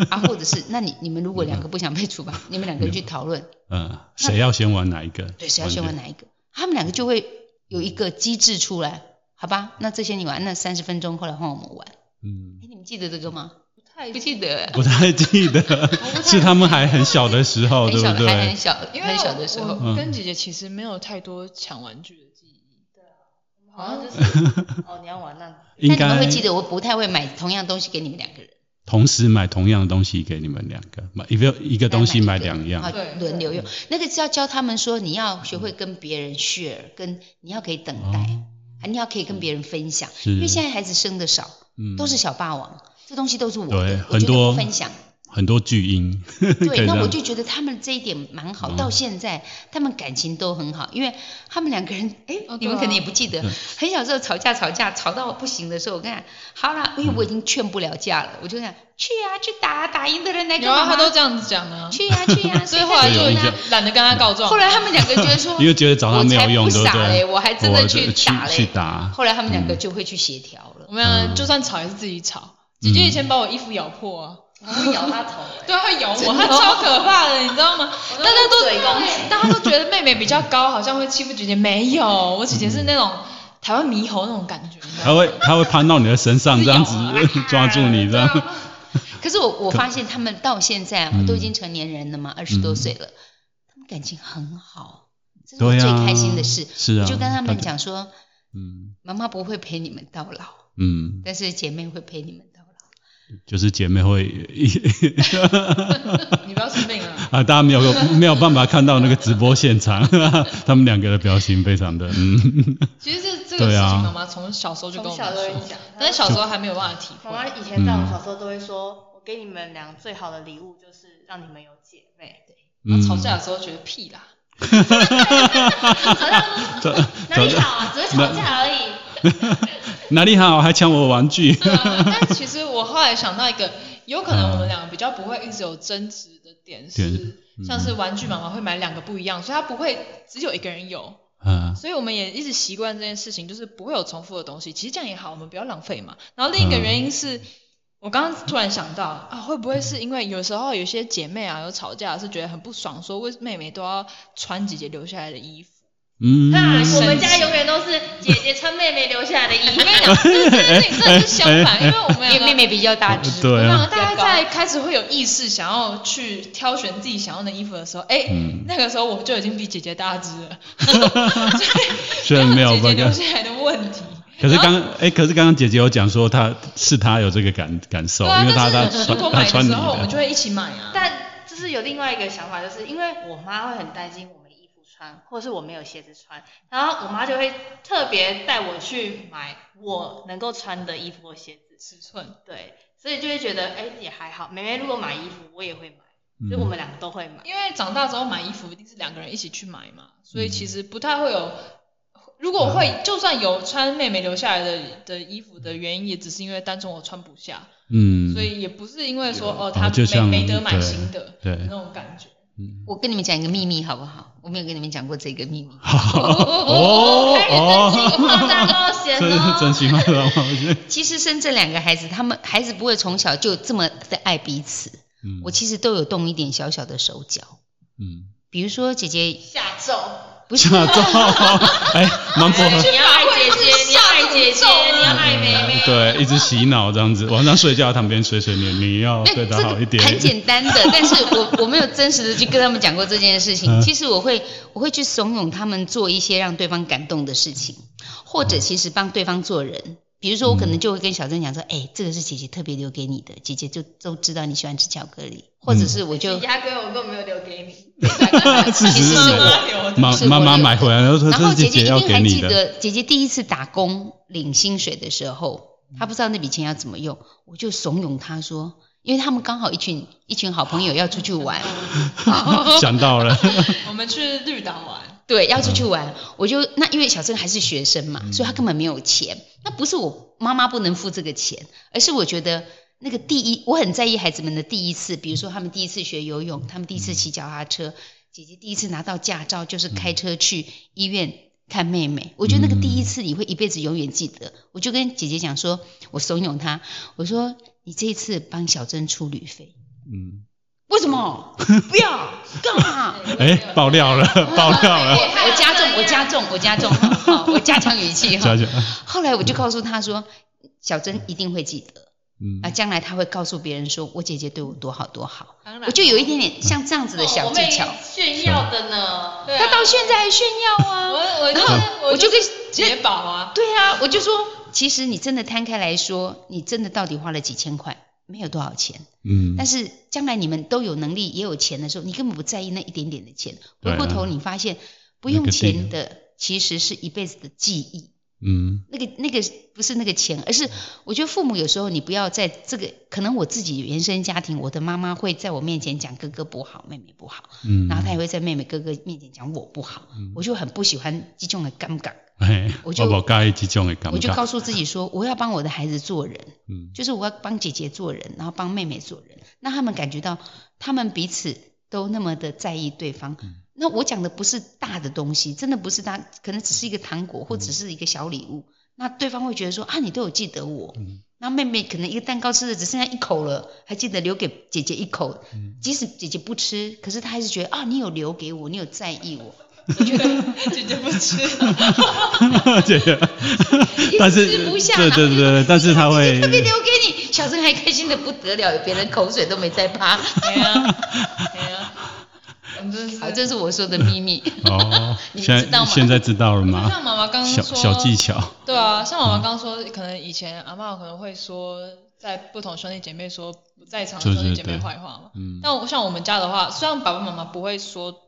啊，或者是那你你们如果两个不想被处罚，你们两个人去讨论，
嗯，谁要先玩哪一个？
对，谁要先玩
哪？
哪一个，他们两个就会有一个机制出来，好吧？那这些你玩，那三十分钟后来换我们玩。
嗯，
哎，你们记得这个吗？
不太
不记得，
不太记得，是他们还很小的时候，
很
哦对
小
不
的，还很
对？
小，
因为
很小的时候
我，
嗯
我跟姐姐其实没有太多抢玩具的记忆。
好像就是，哦，你要玩那，
应
但你们会
该
记得，我不太会买同样东西给你们两个人。
同时买同样的东西给你们两个，买一个一个东西买两
啊
样，
对
轮流用。那个是要教他们说，你要学会跟别人 share，跟你要可以等待，啊你要可以跟别人分享。
哦是
因为现在孩子生的少，
嗯
都是小霸王，这东西都是我
对
的，我
很
绝对
多
不分享。
很多巨婴。 可以
对，
这
那我
样
就觉得他们这一点蛮好，
嗯
到现在他们感情都很好，因为他们两个人，哎、
哦
你
对
们
啊
可能也不记得
对，
很小时候吵架吵架吵到不行的时候，我跟你讲，好啦，
嗯
因为我已经劝不了架了，我就想去啊，去打啊，打赢的人来跟
有啊，
妈
他
妈
都这样子讲啊，
去呀、 去呀、
所以后来就
有印象
懒得跟他告状。啊
后来他们两个觉得说
啊 ，因为觉得找他没有用，
我
对
才不傻
对？
嘞我还真的
我
去
去
打嘞
去打，
后来他们两个就会去协调了
我。们俩
嗯
就算吵也是自己吵。
嗯
姐姐以前把我衣服咬破啊，
我会咬 他头、欸，
对，啊她咬
真
我，
的
她
哦
超可怕的，你知道吗？大
我
家都
水攻击。
大家都觉得妹妹比较高，好像会欺负姐姐，没有，我姐姐是那种台湾猕猴那种感觉，你知道
他
吗？
会他会攀到你的身上，
自己
这
咬
样
啊
子 抓住你，这样。
可是我我发现他们到现在、啊
嗯
都已经成年人了嘛，二十多
嗯
岁了，他们感情很好，这是我
对
最
呀、
开心的事。
是啊，
我就跟他们
大家，
讲说，
嗯
妈妈不会陪你们到老，
嗯，
但是姐妹会陪你们到老。
就是姐妹会
你不要生病啊！
啊，大家没有没有办法看到那个直播现场， 他们两个的表情非常的 嗯，
其实这这个
对
事
啊
情，妈妈从小时候就跟
从
我们
小都会
说，
讲，
但是小时候还没有办法体
妈
会。
妈以前在我们小时候都会说，我给你们俩最好的礼物就是让你们有姐妹。
嗯
然
哦
后吵架的时候觉得屁啦，
吵
哪里好 啊？只是吵架而已。
哪里好，还抢我玩具，
对啊但其实我后来想到一个，有可能我们两个比较不会一直有争执的点
点
是，
嗯
像是玩具妈妈会买两个不一样，所以她不会只有一个人有，
嗯
所以我们也一直习惯这件事情，就是不会有重复的东西。其实这样也好，我们不要浪费嘛。然后另一个原因是。我刚刚突然想到啊，会不会是因为有时候有些姐妹啊有吵架是觉得很不爽，说为妹妹都要穿姐姐留下来的衣服，
嗯，
那
嗯
我们家永远都是姐姐穿妹妹留下来的衣
我跟
服。
你讲，这
哎
这件事情真的是相反，因为我们两
因为
个
妹妹比较大只，
我
对
们两
啊
个，大家在开始会有意识想要去挑选自己想要的衣服的时候，哎、
嗯
那个时候我就已经比姐姐大只 了，
虽然没有办
姐姐留
法，
下来的问题。
可是刚哎、可是刚刚姐姐有讲说她是她有这个感感受，
对啊
因为她，她
但是如
穿
果
她
买的
穿你
时候，我们就
的，
会一起买啊。
但就是有另外一个想法，就是因为我妈会很担心我没衣服穿，或者是我没有鞋子穿，然后我妈就会特别带我去买我能够穿的衣服或鞋子。
尺寸，
对，所以就会觉得哎、也还好。妹妹如果买衣服，我也会买，所以我
嗯
们两个都会买。
因为长大之后买衣服一定是两个人一起去买嘛，所以其实不太会有。如果会，
嗯
就算有穿妹妹留下来的的衣服的原因，也只是因为单纯我穿不下，
嗯，
所以也不是因为说哦，
啊
她
就
没
像
没得买
对
新的
对
那种感觉。
嗯
我跟你们讲一个秘密好不好？我没有跟你们讲过这个秘密。
好哦
开始真
哦，
心话大冒 险
真
喽！
哦真心话大冒险，
其实生这两个孩子，他们孩子不会从小就这么的爱彼此，
嗯
我其实都有动一点小小的手脚。
嗯，
比如说姐姐
下咒，
不是
吓到，哎，蛮符合。
你要爱姐姐，你要爱姐姐，你要爱妹妹。
对，一直洗脑这样子，晚上睡觉他们边碎碎念，你要
那
哦对他好一点。
哎很简单 的，但是我我没有真实的去跟他们讲过这件事情。
嗯
其实我会我会去怂恿他们做一些让对方感动的事情，或
嗯
者其实帮对方做人。比如说，我可能就会跟小珍讲说，哎、这个是姐姐特别留给你的，姐姐就都知道你喜欢吃巧克力，或者是我就、
压根我根本没有留给你。
其实是
其实是
我
留的
妈
是我
妈妈
留的
买回来，然后说
然
这
后
是姐
姐姐一
要
定
给
还
你
记
的，
得，姐姐第一次打工领薪水的时候，她不知道那笔钱要怎么用，我就怂恿她说，因为他们刚好一群一群好朋友要出去玩，
想到了，
我们去绿岛玩，
对，要出去玩，我就那因为小郑还是学生嘛，所以他根本没有钱。那不是我妈妈不能付这个钱，而是我觉得那个第一，我很在意孩子们的第一次，比如说他们第一次学游泳，他们第一次骑脚踏车，姐姐第一次拿到驾照就是开车去医院看妹妹。我觉得那个第一次你会一辈子永远记得。我就跟姐姐讲说，我怂恿她，我说你这一次帮小珍出旅费，
嗯，
为什么？不要干嘛？
哎，爆料了，爆 料了，
我加重，我加重，我加重，哎好，我加强语气
小
哈。
姐，
后来我就告诉他说，小珍一定会记得
嗯
啊，将来他会告诉别人说我姐姐对我多好多好。
当
我就有一点点像这样子的小技巧，
炫耀的呢。
对
他
啊，
到现在还炫耀
我
啊。
我
然后我就跟
解宝啊，
对啊，我就说，其实你真的摊开来说，你真的到底花了几千块，没有多少钱。
嗯
但是将来你们都有能力也有钱的时候，你根本不在意那一点点的钱。
对
回
啊
过头你发现，不
那
用
个地
钱的其实是一辈子的记忆。
嗯
那个那个不是那个钱，而是我觉得父母有时候你不要在这个，可能我自己原生家庭，我的妈妈会在我面前讲哥哥不好，妹妹不好，
嗯，
然后她也会在妹妹哥哥面前讲我不好，我就很不喜欢这种的尴尬，
哎，我
我就
无介意这种的感
我就告
觉，
诉自己说，我要帮我的孩子做人，
嗯
就是我要帮姐姐做人，然后帮妹妹做人，让他们感觉到他们彼此都那么的在意对方。
嗯
那我讲的不是大的东西，真的不是大，可能只是一个糖果或
嗯
只是一个小礼物，那对方会觉得说啊，你都有记得我。
嗯
那妹妹可能一个蛋糕吃的只剩下一口了，还记得留给姐姐一口，
嗯
即使姐姐不吃，可是她还是觉得啊，你有留给我，你有在意 我。我觉得
姐姐不吃，
这个，但是
一直吃不下
对对对对，但是他 会
特别 留给你，小陈还开心的不得了，别人口水都没在趴。
没啊，没啊，我们真是
好，这是我说的秘密。
哦，
你
现
知道
在
吗
现在知道了
就
吗？
像妈妈刚刚
小
说
小技巧，
对啊，像我们刚刚说，可能以前阿嬷可能会说，在不同兄弟姐妹说不在场的兄弟姐妹坏话嘛。
嗯，
但我像我们家的话，虽然爸爸妈妈不会说，
嗯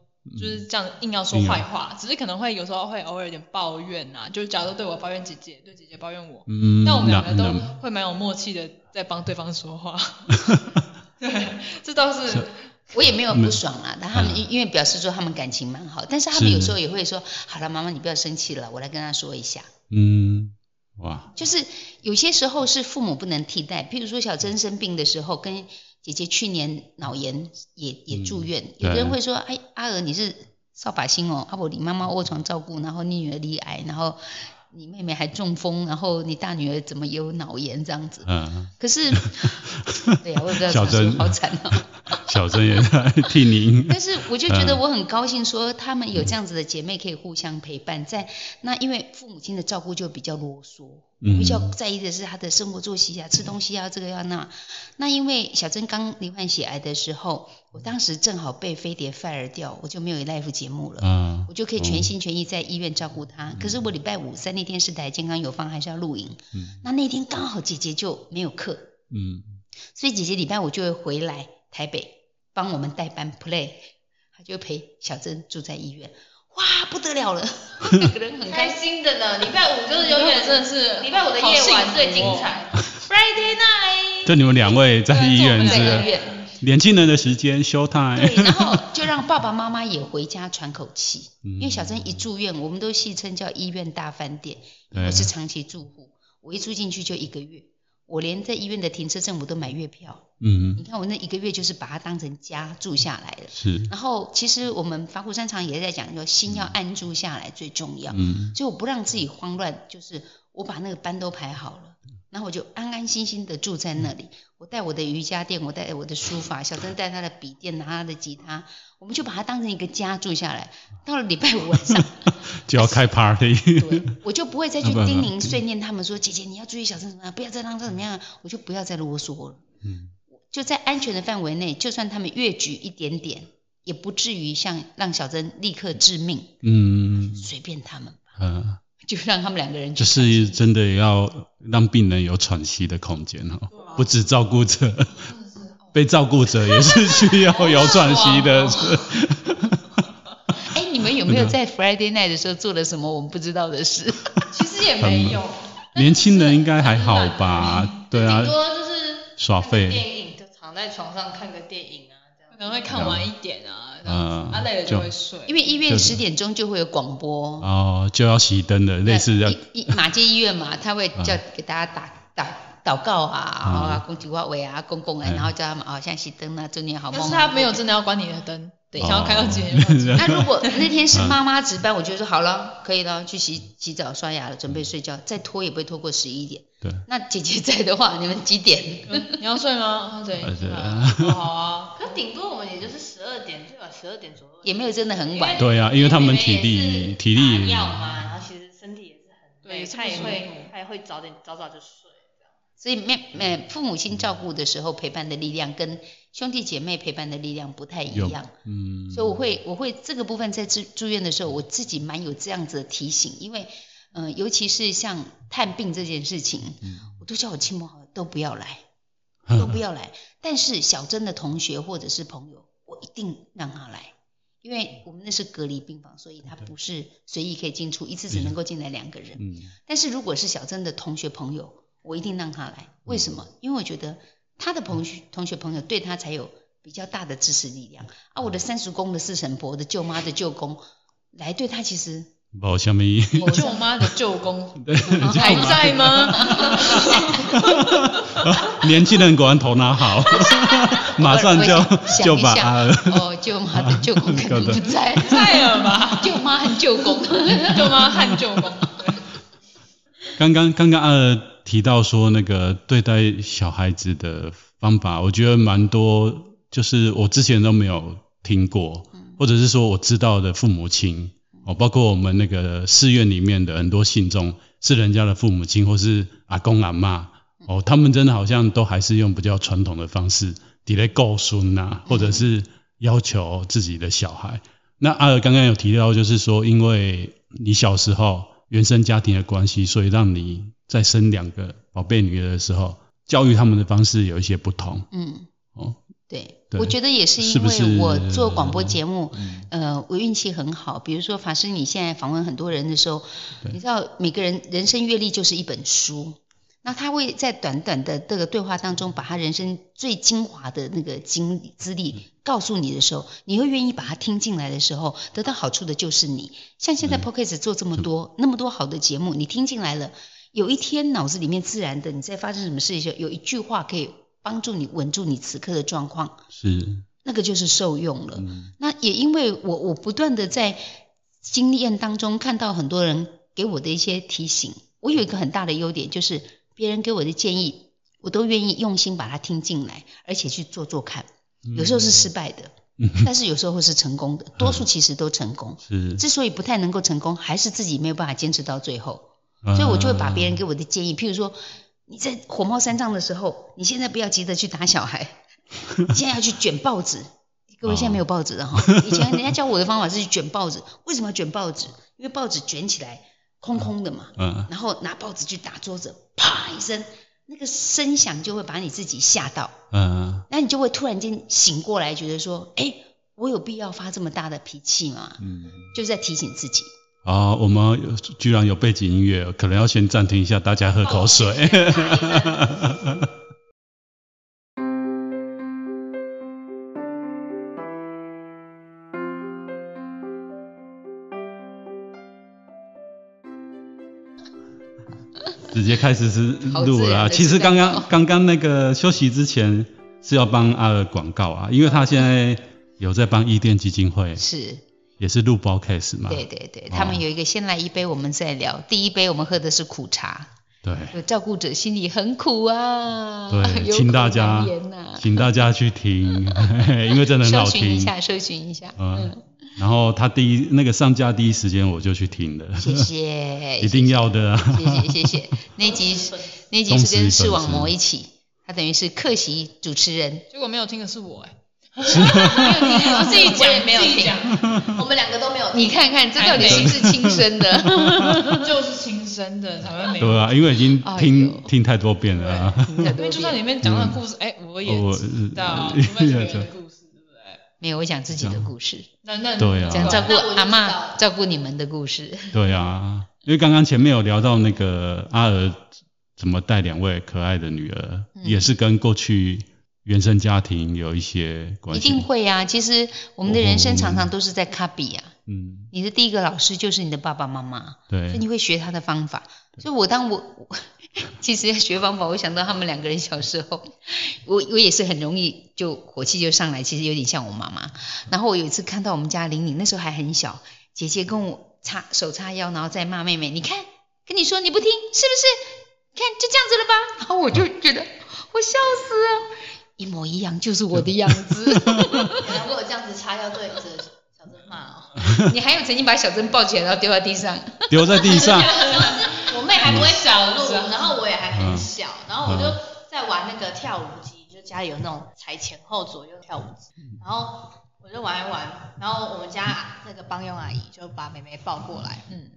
就是这样硬要说坏话，只是可能会有时候会偶尔有点抱怨啊，就是假如说对我抱怨姐姐，对姐姐抱怨我，
嗯，
但我们两个
那
都
那
会蛮有默契的，在帮对方 说话。对，这倒是
我也没有不爽
嗯
啦，但他们因因为表示说他们感情蛮好，但是他们
是
有时候也会说，好了，妈妈你不要生气了，我来跟他说一下。
嗯，哇，
就是有些时候是父母不能替代，譬如说小珍生病的时候，跟姐姐去年脑炎也也住院，
嗯
有的人会说，哎，阿娥你是扫把星哦，阿伯你妈妈卧床照顾，然后你女儿离癌，然后你妹妹还中风，然后你大女儿怎么也有脑炎这样子。
嗯，
可 是，对啊呀、我也不知道
小
怎么说
珍
好惨哦。
小郑也在 替您，
但是我就觉
嗯
得我很高兴，说她们有这样子的姐妹可以互相陪伴，在那因为父母亲的照顾就比较啰嗦，我
嗯
比较在意的是她的生活作息啊、吃东西啊、这个要那。那因为小珍刚罹患血癌的时候，我当时正好被飞碟 fire 掉，我就没有 live 节目了。
嗯
我就可以全心全意在医院照顾她。可是我礼拜五三立电视台健康有方还是要录影，
嗯
那那天刚好姐姐就没有课，
嗯，
所以姐姐礼拜五就会回来台北帮我们代班 play，她就陪小珍住在医院，哇，不得了 了，两个人很
开
开心。
心的呢。礼拜五就是永远
真的是
礼拜五的夜晚最精
好幸福哦。
彩，Friday night。
就你们两位在医院
对
在
我们两
医
是
院，
年轻人的时间 show time，
对，然后就让爸爸妈妈也回家喘口气，
嗯
因为小珍一住院，我们都戏称叫医院大饭店，因为
对
我是长期住户，我一住进去就一个月，我连在医院的停车证我都买月票，
嗯
你，看我那一个月就是把它当成家住下来了。
是，
然后其实我们法鼓山场也在讲说，心要安住下来最重要，
嗯
所以我不让自己慌乱，就是我把那个班都排好了。然后我就安安心心的住在那里。我带我的瑜伽垫，我带我的书法，小珍带她的笔电，拿她的吉他，我们就把它当成一个家住下来。到了礼拜五晚 上，
就要开 party，
对我就不会再去
不不
叮咛碎念他们说：“姐姐，你要注意小珍怎么样，不要再让她怎么样。”我就不要再啰嗦了。
嗯
就在安全的范围内，就算他们越举一点点，也不至于像让小珍立刻致命，
嗯
随便他们吧，
嗯，
就让他们两个人去
就是真的要让病人有喘息的空间哦，不止照顾者，被照顾者也是需要有喘息的，是
哎、你们有没有在 Friday night 的时候做了什么我们不知道的事？
其实也没有，
年轻人应该还好吧？对嗯啊
顶，多就是
耍
看个
废，
电影就躺在床上看个电影啊，这样
可能会看完一点啊，这样
嗯
子啊累了就会睡。
因为医院十点钟就会有广播，
哦，就要熄灯了，类似要
医医马街医院嘛，他会叫给大家打打。祷告啊，然后啊，公鸡话尾啊，公公啊，
嗯
然后叫他们哦，像熄灯啊，祝你好梦
但
啊。
是他没有真的要关你的灯，
对
哦
想要开到几点就 关几点。
那如果那天是妈妈值班，我就说好了，可以了，去洗洗澡、刷牙了，准备睡觉，再拖也不会拖过十一点。
对，
那姐姐在的话，你们几点？
嗯你要睡吗？对，
呃对
哦 好啊，
可顶多我们也就是十二点，最晚十二点左右。
也没有真的很晚。
对啊因为他们体力体力也
要嘛，然后其实身体也是很累，
对是
他
不
也
舒
会
服
他也会早点早早就睡。
所以妹呃父母亲照顾的时候陪伴的力量跟兄弟姐妹陪伴的力量不太一
有
样，
嗯，
所以我会我会这个部分在住住院的时候，我自己蛮有这样子的提醒，因为嗯、呃尤其是像探病这件事情，
嗯
我都叫我亲朋好友都不要 来，都不要来。但是小珍的同学或者是朋友，我一定让他来，因为我们那是隔离病房，所以它
对
不是随意可以进出，一次只能够进来两个人。
嗯，
但是如果是小珍的同学朋友，我一定让他来。为什么？因为我觉得他的同学同学朋友对他才有比较大的支持力量啊。我的三叔公的四婶婆的舅妈的舅公来对他其实
无什么意义，
我
舅妈的舅 公还
还
在吗？
年轻人果然头 脑好，马上就
我我想
就
一
把呃
想
阿尔
哦舅妈的舅 公可能不在，
在了吧？
舅妈和舅公
舅妈和舅公，
刚刚刚刚阿尔提到说那个对待小孩子的方法，我觉得蛮多，就是我之前都没有听过，
嗯
或者是说我知道的父母亲哦，包括我们那个寺院里面的很多信众是人家的父母亲或是阿公阿妈
嗯
哦，他们真的好像都还是用比较传统的方式，抵赖告孙呐，或者是要求自己的小孩。那阿尔刚刚有提到，就是说，因为你小时候原生家庭的关系，所以让你在生两个宝贝女儿的时候，教育他们的方式有一些不同
嗯。
哦。
对，
对
我觉得也是
是
因
不是
为
嗯
我做广播节目，呃，我运气很好。比如说法师，你现在访问很多人的时候，
对
你知道每个人人生阅历就是一本书，那他会在短短的这个对话当中，把他人生最精华的那个经资
嗯
历告诉你的时候，你会愿意把它听进来的时候，得到好处的就是你。像
嗯
现在 p o c k e t 做这么多，那么多好的节目，你听进来了，有一天脑子里面自然的你在发生什么事情的时候，有一句话可以帮助你稳住你此刻的状况，
是，
那个就是受用了。
嗯，
那也因为我我不断的在经验当中看到很多人给我的一些提醒，我有一个很大的优点就是别人给我的建议，我都愿意用心把它听进来，而且去做做看。有时候是失败的，
嗯
但是有时候会是成功的，多数其实都成功。
是，
之所以不太能够成功，还是自己没有办法坚持到最后。
嗯
所以我就会
呃
把别人给我的建议，譬如说你在火冒三丈的时候，你现在不要急着去打小孩，你现在要去卷报纸。各位现在没有报纸了哈，以前人家教我的方法是去卷报纸，为什么要卷报纸？因为报纸卷起来空空的嘛，
嗯，
然后拿报纸去打桌子，啪一声，那个声响就会把你自己吓到，
嗯
那你就会突然间醒过来，觉得说，哎，我有必要发这么大的脾气吗？
嗯，
就是在提醒自己。
啊，我们有居然有背景音乐，可能要先暂停一下，大家喝口
哦
水。 直接开始是
好
录
自
了
然
啊。
的哦
其
自
实
带
刚刚
到
刚刚那个休息之前是要帮阿尔广告啊，因为他现在有在帮伊甸基金会，
是，
也是录 podcast 嘛。
对对对，他
哦
们有一个先来一杯，我们再聊。第一杯我们喝的是苦茶，
对
有照顾者心里很苦啊，
对，
有
请
苦
大
难
家
言啊呐、
请大家去听， 因为 真的很好
搜寻一
听。
下，搜寻一下，
嗯，然后他第一那个上架第一时间我就去听了，
谢谢，
嗯一定要的啊。
谢谢谢谢。那集是那集
忠
是
实
跟视
粉
网
丝
膜一起，他等于是客席主持人，
结果没有听的是我哎，
我自己
我也
讲
没有
自己
听
讲，
我们两个都没有听。
你看看这到底是
还
不是亲生 的？
就是亲生的才会没 有。
对啊，因为已经
哎
听
呦
听太多遍了啊。
因为就算里面讲到的故事，哎，我也
我
知道，
嗯
除非是别人的故事，对不对？
没有，我讲自己的故事，
那那
对啊
讲
讲
照顾
哦那我就
阿
知道
嬷
了
照顾你们的故事。
对啊，因为刚刚前面有聊到那个阿尔怎么带两位可爱的女儿，
嗯
也是跟过去原生家庭有一些关
一
系。
定会啊！其实我们的人
哦
生常常都是在 copy 啊。
嗯，
你的第一个老师就是你的爸爸妈妈，所以你
对，
会学他的方法。所以我当我 其实学方法，我想到他们两个人小时候，我我也是很容易就火气就上来，其实有点像我妈妈。然后我有一次看到我们家玲玲，那时候还很小，姐姐跟我叉手叉腰，然后再骂妹妹，你看跟你说你不听是不是？看就这样子了吧？然后我就觉得我笑死了，一模一样就是我的样子。
原来我有这样子插腰对着小珍骂哦。
你还有曾经把小珍抱起来然后丢到地上，
丢在地 上。
我妹还不会走路，然后我也还很小，然后我就在玩那个跳舞机，就家里有那种踩前后左右跳舞机，然后我就玩一玩，然后我们家那个帮佣阿姨就把妹妹抱过来，
嗯，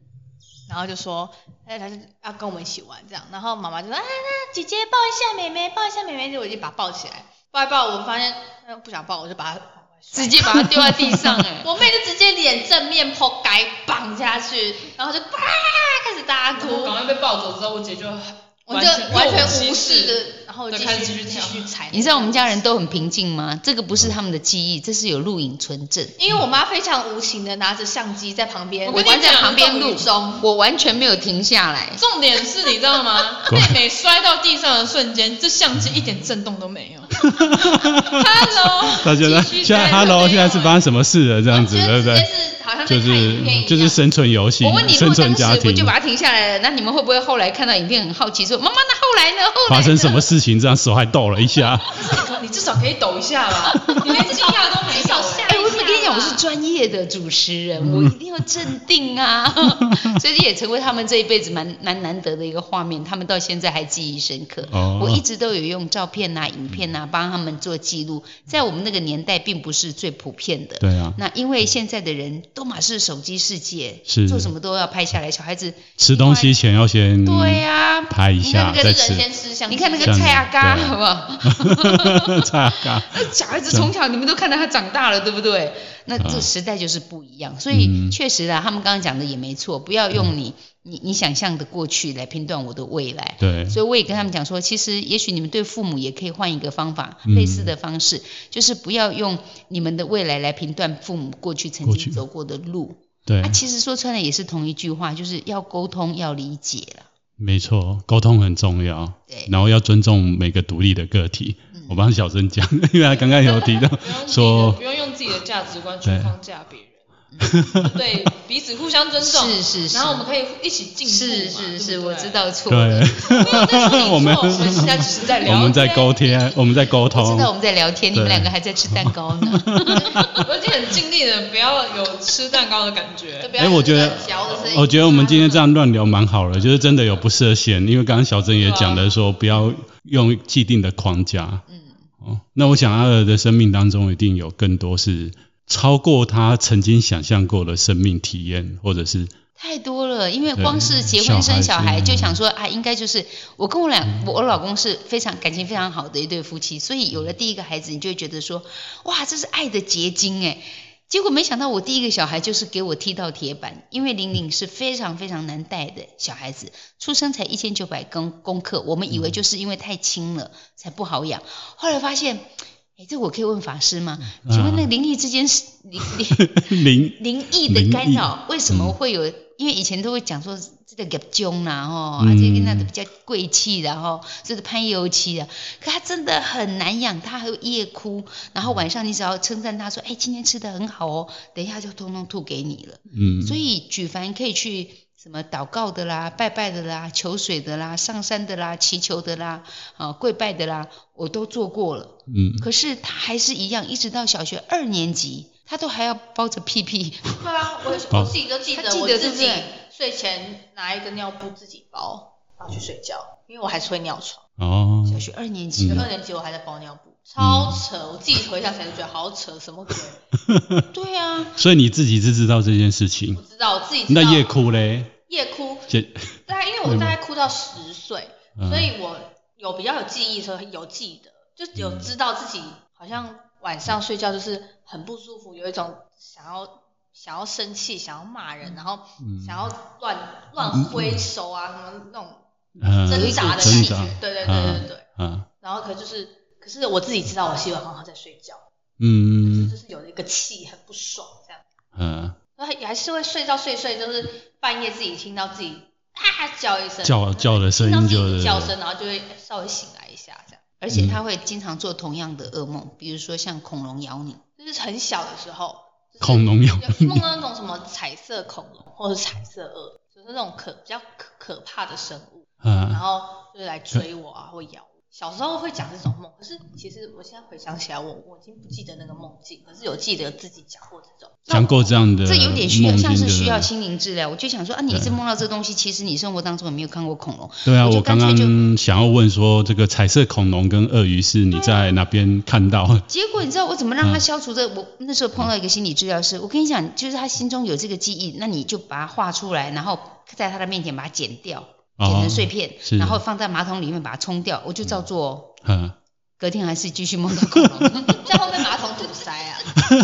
然后就说，哎，她就要跟我们一起玩这样，然后妈妈就说，啊，那姐姐抱一下妹妹，抱一下妹妹，就我就把她抱起来，抱一抱，我发现呃不想抱，我就把她往外摔
直接把它丢在地上哎、
我妹就直接脸正面扑街，绑下去，然后就啪开始大哭
我，赶快被抱走之后，我姐就
我就完全无视
视
的，然后
就
继
开始继
续
续
继
跳
续踩。
你知道我们家人都很平静吗？这个不是他们的记忆，这是有录影存证。
因为我妈非常无情的拿着相机在旁边，
我
我
跟你
关在
讲
旁边
动
录
物
中，
我完全没有停下来，
重点是你知 道吗？
乖
妹妹摔到地上的瞬间，这相机一点震动都没有。Hello，
大家
继续
现在
都没有
Hello，现在是发生什么事了？这样子，
我觉
对不
得直
对
接？是好像在
就
看影片一
是
样。
就是生存游戏
我问，你，如
生
果
存
当时
家
我
庭
就把它停下来了，那你们会不会后来看到影片很好奇说，妈妈，那后来呢？后来
发
呢
生什么？事情，这样手还抖了一下。
你至少可以抖一下吧？ 你连惊讶都没
至少
有
吓
欸。
哎、我怎么跟你讲？我是专业的主持人，我一定要镇定啊！所以也成为他们这一辈子蛮蛮难得的一个画面，他们到现在还记忆深刻。
哦
我一直都有用照片呐、影片呐、帮他们做记录，在我们那个年代并不是最普遍的。
对啊，
那因为现在的人都马是手机世界，
是
做什么都要拍下来，小孩子
吃东西前要先
对啊呀、
嗯拍一
你看
下
那个
再
人
吃。
先吃相机，
你看那个
这样子
蔡阿嘎，
对
好不好？
差嘎，
那 小孩子从小你们都看到他长大了，对不对？那这
啊
时代就是不一样，所以
嗯
确实啊，他们刚刚讲的也没错，不要用你、你你想象的过去来评断我的未来。
对，
所以我也跟他们讲说，其实也许你们对父母也可以换一个方法，
嗯
类似的方式，就是不要用你们的未来来评断父母过去曾
过
经
去
走过的路。
对
啊，，其实说穿了也是同一句话，就是要沟通，要理解了。
没错，沟通很重要，
对，
然后要尊重每个独立的个体。我帮小珍讲，因为她刚刚有提到
不用自己的
说，
不用用自己的价值观去
对
框架别人，嗯对彼此互相尊重，
是是是，
然后我们可以一起进步嘛
是是是，
对不
我
对
知道错了。
对， 我
我
们
们我们现在只是在聊
我
天，
们在沟天，我们在沟
我知道我
通，
们在聊天，你们
对
两个还在吃蛋糕呢。
我已经很尽力了，不要有吃蛋糕的感觉。
哎我觉得
哦
我觉得我们今天这样乱聊蛮好的，就是真的有不设限，因为刚刚小珍也讲的说，不要用既定的框架。
嗯，
哦，那我想阿尔的生命当中一定有更多是超过他曾经想象过的生命体验，或者 是
太多了，因为
对
光是结婚生
小
小
孩
孩
子
就想说啊，应该就是我跟我俩，我我老公是非常感情非常好的一对夫妻，所以有了第一个孩子，你就会觉得说，哇，这是爱的结晶哎。结果没想到我第一个小孩就是给我踢到铁板，因为玲玲是非常非常难带的小孩子，出生才一千九百公公克，我们以为就是因为太轻了才不好养，后来发现，哎，这我可以问法师吗？
嗯
请问那个灵异之间是灵灵。
零
灵异的干扰为什
嗯
么会有？因为以前都会讲说这个夹中啦吼，啊
嗯
这个那个比较贵气的吼，这个攀油漆的，可它真的很难养，它还有夜哭，然后晚上你只要称赞它说，哎、今天吃的很好哦，等一下就通通吐给你了。
嗯，
所以举凡可以去什么祷告的啦、拜拜的啦、求水的啦、上山的啦、祈求的啦、啊跪拜的啦，我都做过了。
嗯，
可是他还是一样，一直到小学二年级，他都还要包着屁屁。
对啊，我
好
我自己都记
他
得
记得
我
对
自
不
己
对
睡前拿一个尿布自己包，然后去睡觉，因为我还是会尿床。
哦，
小学二年级，
二年级我还在包尿布，
嗯
超扯！我自己回想起来就觉得好扯，什 么鬼？
对啊，
所以你自己是知道这件事情
我，知道我自己知道
那夜哭嘞，
夜哭，
姐，
大概因为我大概哭到十岁，
嗯
所以我有比较有记忆的时候有记得，就有知道自己好像晚上睡觉就是很不舒服，有一种想要想要生气、想要骂人，然后
嗯
想要乱乱挥手啊什么那种
嗯
挣扎的
挣
感觉
扎，。
对对对对对。
啊，
然后可就是可是我自己知道我洗碗好好在睡觉，可是
嗯
就是有一个气很不爽这样。
嗯，
然后也还是会睡到睡一睡，就是半夜自己听到自己啊叫一声，
叫叫的声音
听到自己
就是
叫声，然后就会哎稍微醒来一下，这样
而且他会经常做同样的噩梦，比如说像恐龙咬你。
就是很小的时候，就是
恐龙咬
有梦到那种什么彩色恐龙或者彩色鳄，就是那种可比较可可怕的生物，然
啊，
后就是来追我啊或咬我。小时候会讲这种梦，可是其实我现在回想起来，我我已经不记得那个梦境，可是有记得自己讲过这种。
讲过这样的啊梦
这
境，
有点需要，像是
对不对
需要心灵治疗。我就想说啊，你一直梦到这东西，其实你生活当中也没有看过恐龙。
对啊，
我就
我刚
干脆就
刚想要问说，这个彩色恐龙跟鳄鱼是你在哪边 看到？
结果你知道我怎么让
嗯
他消除这？我那时候碰到一个心理治疗师，我跟你讲，就是他心中有这个记忆，那你就把它画出来，然后在他的面前把它剪掉，剪成碎片，
哦是
然后放在马桶里面把它冲掉。我就照做哦，
嗯，
隔天还是继续梦到恐龙。
在后面马桶堵死，塞啊？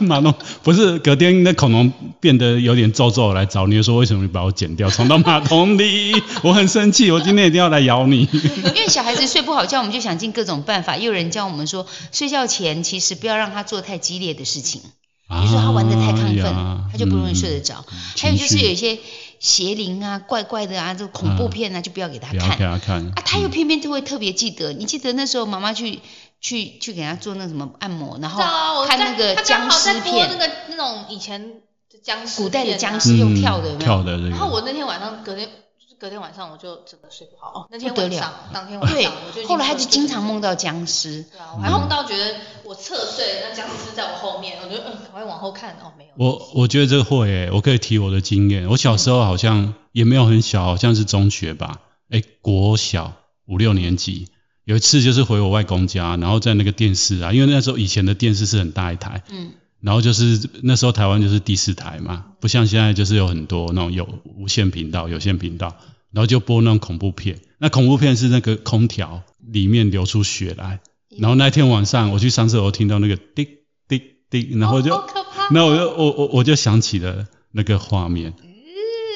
马龙不是隔天那恐龙变得有点皱皱来找你，说为什么你把我剪掉，冲到马桶里？我很生气，我今天一定要来 咬你。
因为小孩子睡不好觉，我们就想尽各种办法。也有人教我们说，睡觉前其实不要让他做太激烈的事情，比如说他玩的太亢奋，
啊啊呀
他就不容易睡得着。
嗯
还有就是
情绪嗯
有一些邪灵啊、怪怪的啊，这种恐怖片啊，就不要给他
不要
看
给。他看嗯
啊，他又偏偏就会特别记得。你记得那时候妈妈去去去给他做那什么按摩，然
知道啊，
后
我
看
在
那个
他刚
僵
好
尸
在播那
片，
个那种以前的僵尸、啊
古代的僵尸。用跳的有没有？
嗯跳的这
然后
个，
我那天晚上隔天就是隔天晚上我就整个睡不好，哦，那天
不得
晚
了
上当天晚
对
上我就已经，
后来他
睡
就
不
经
着
常梦到僵尸。
对啊，我还
嗯
梦到觉得我侧睡，那僵尸在我后面，我就嗯，赶快往后看，哦，没有。
我我觉得这个会诶、我可以提我的经验。我小时候好像也没有很小，好像是中学吧，诶、国小五六年级。有一次就是回我外公家，然后在那个电视啊，因为那时候以前的电视是很大一台，
嗯，
然后就是那时候台湾就是第四台嘛，不像现在就是有很多那种有无线频道、有线频道，然后就播那种恐怖片。那恐怖片是那个空调里面流出血来，然后那天晚上我去上厕所，听到那个滴滴滴，然后就，
好可怕。
然后我就我我我就想起了那个画面，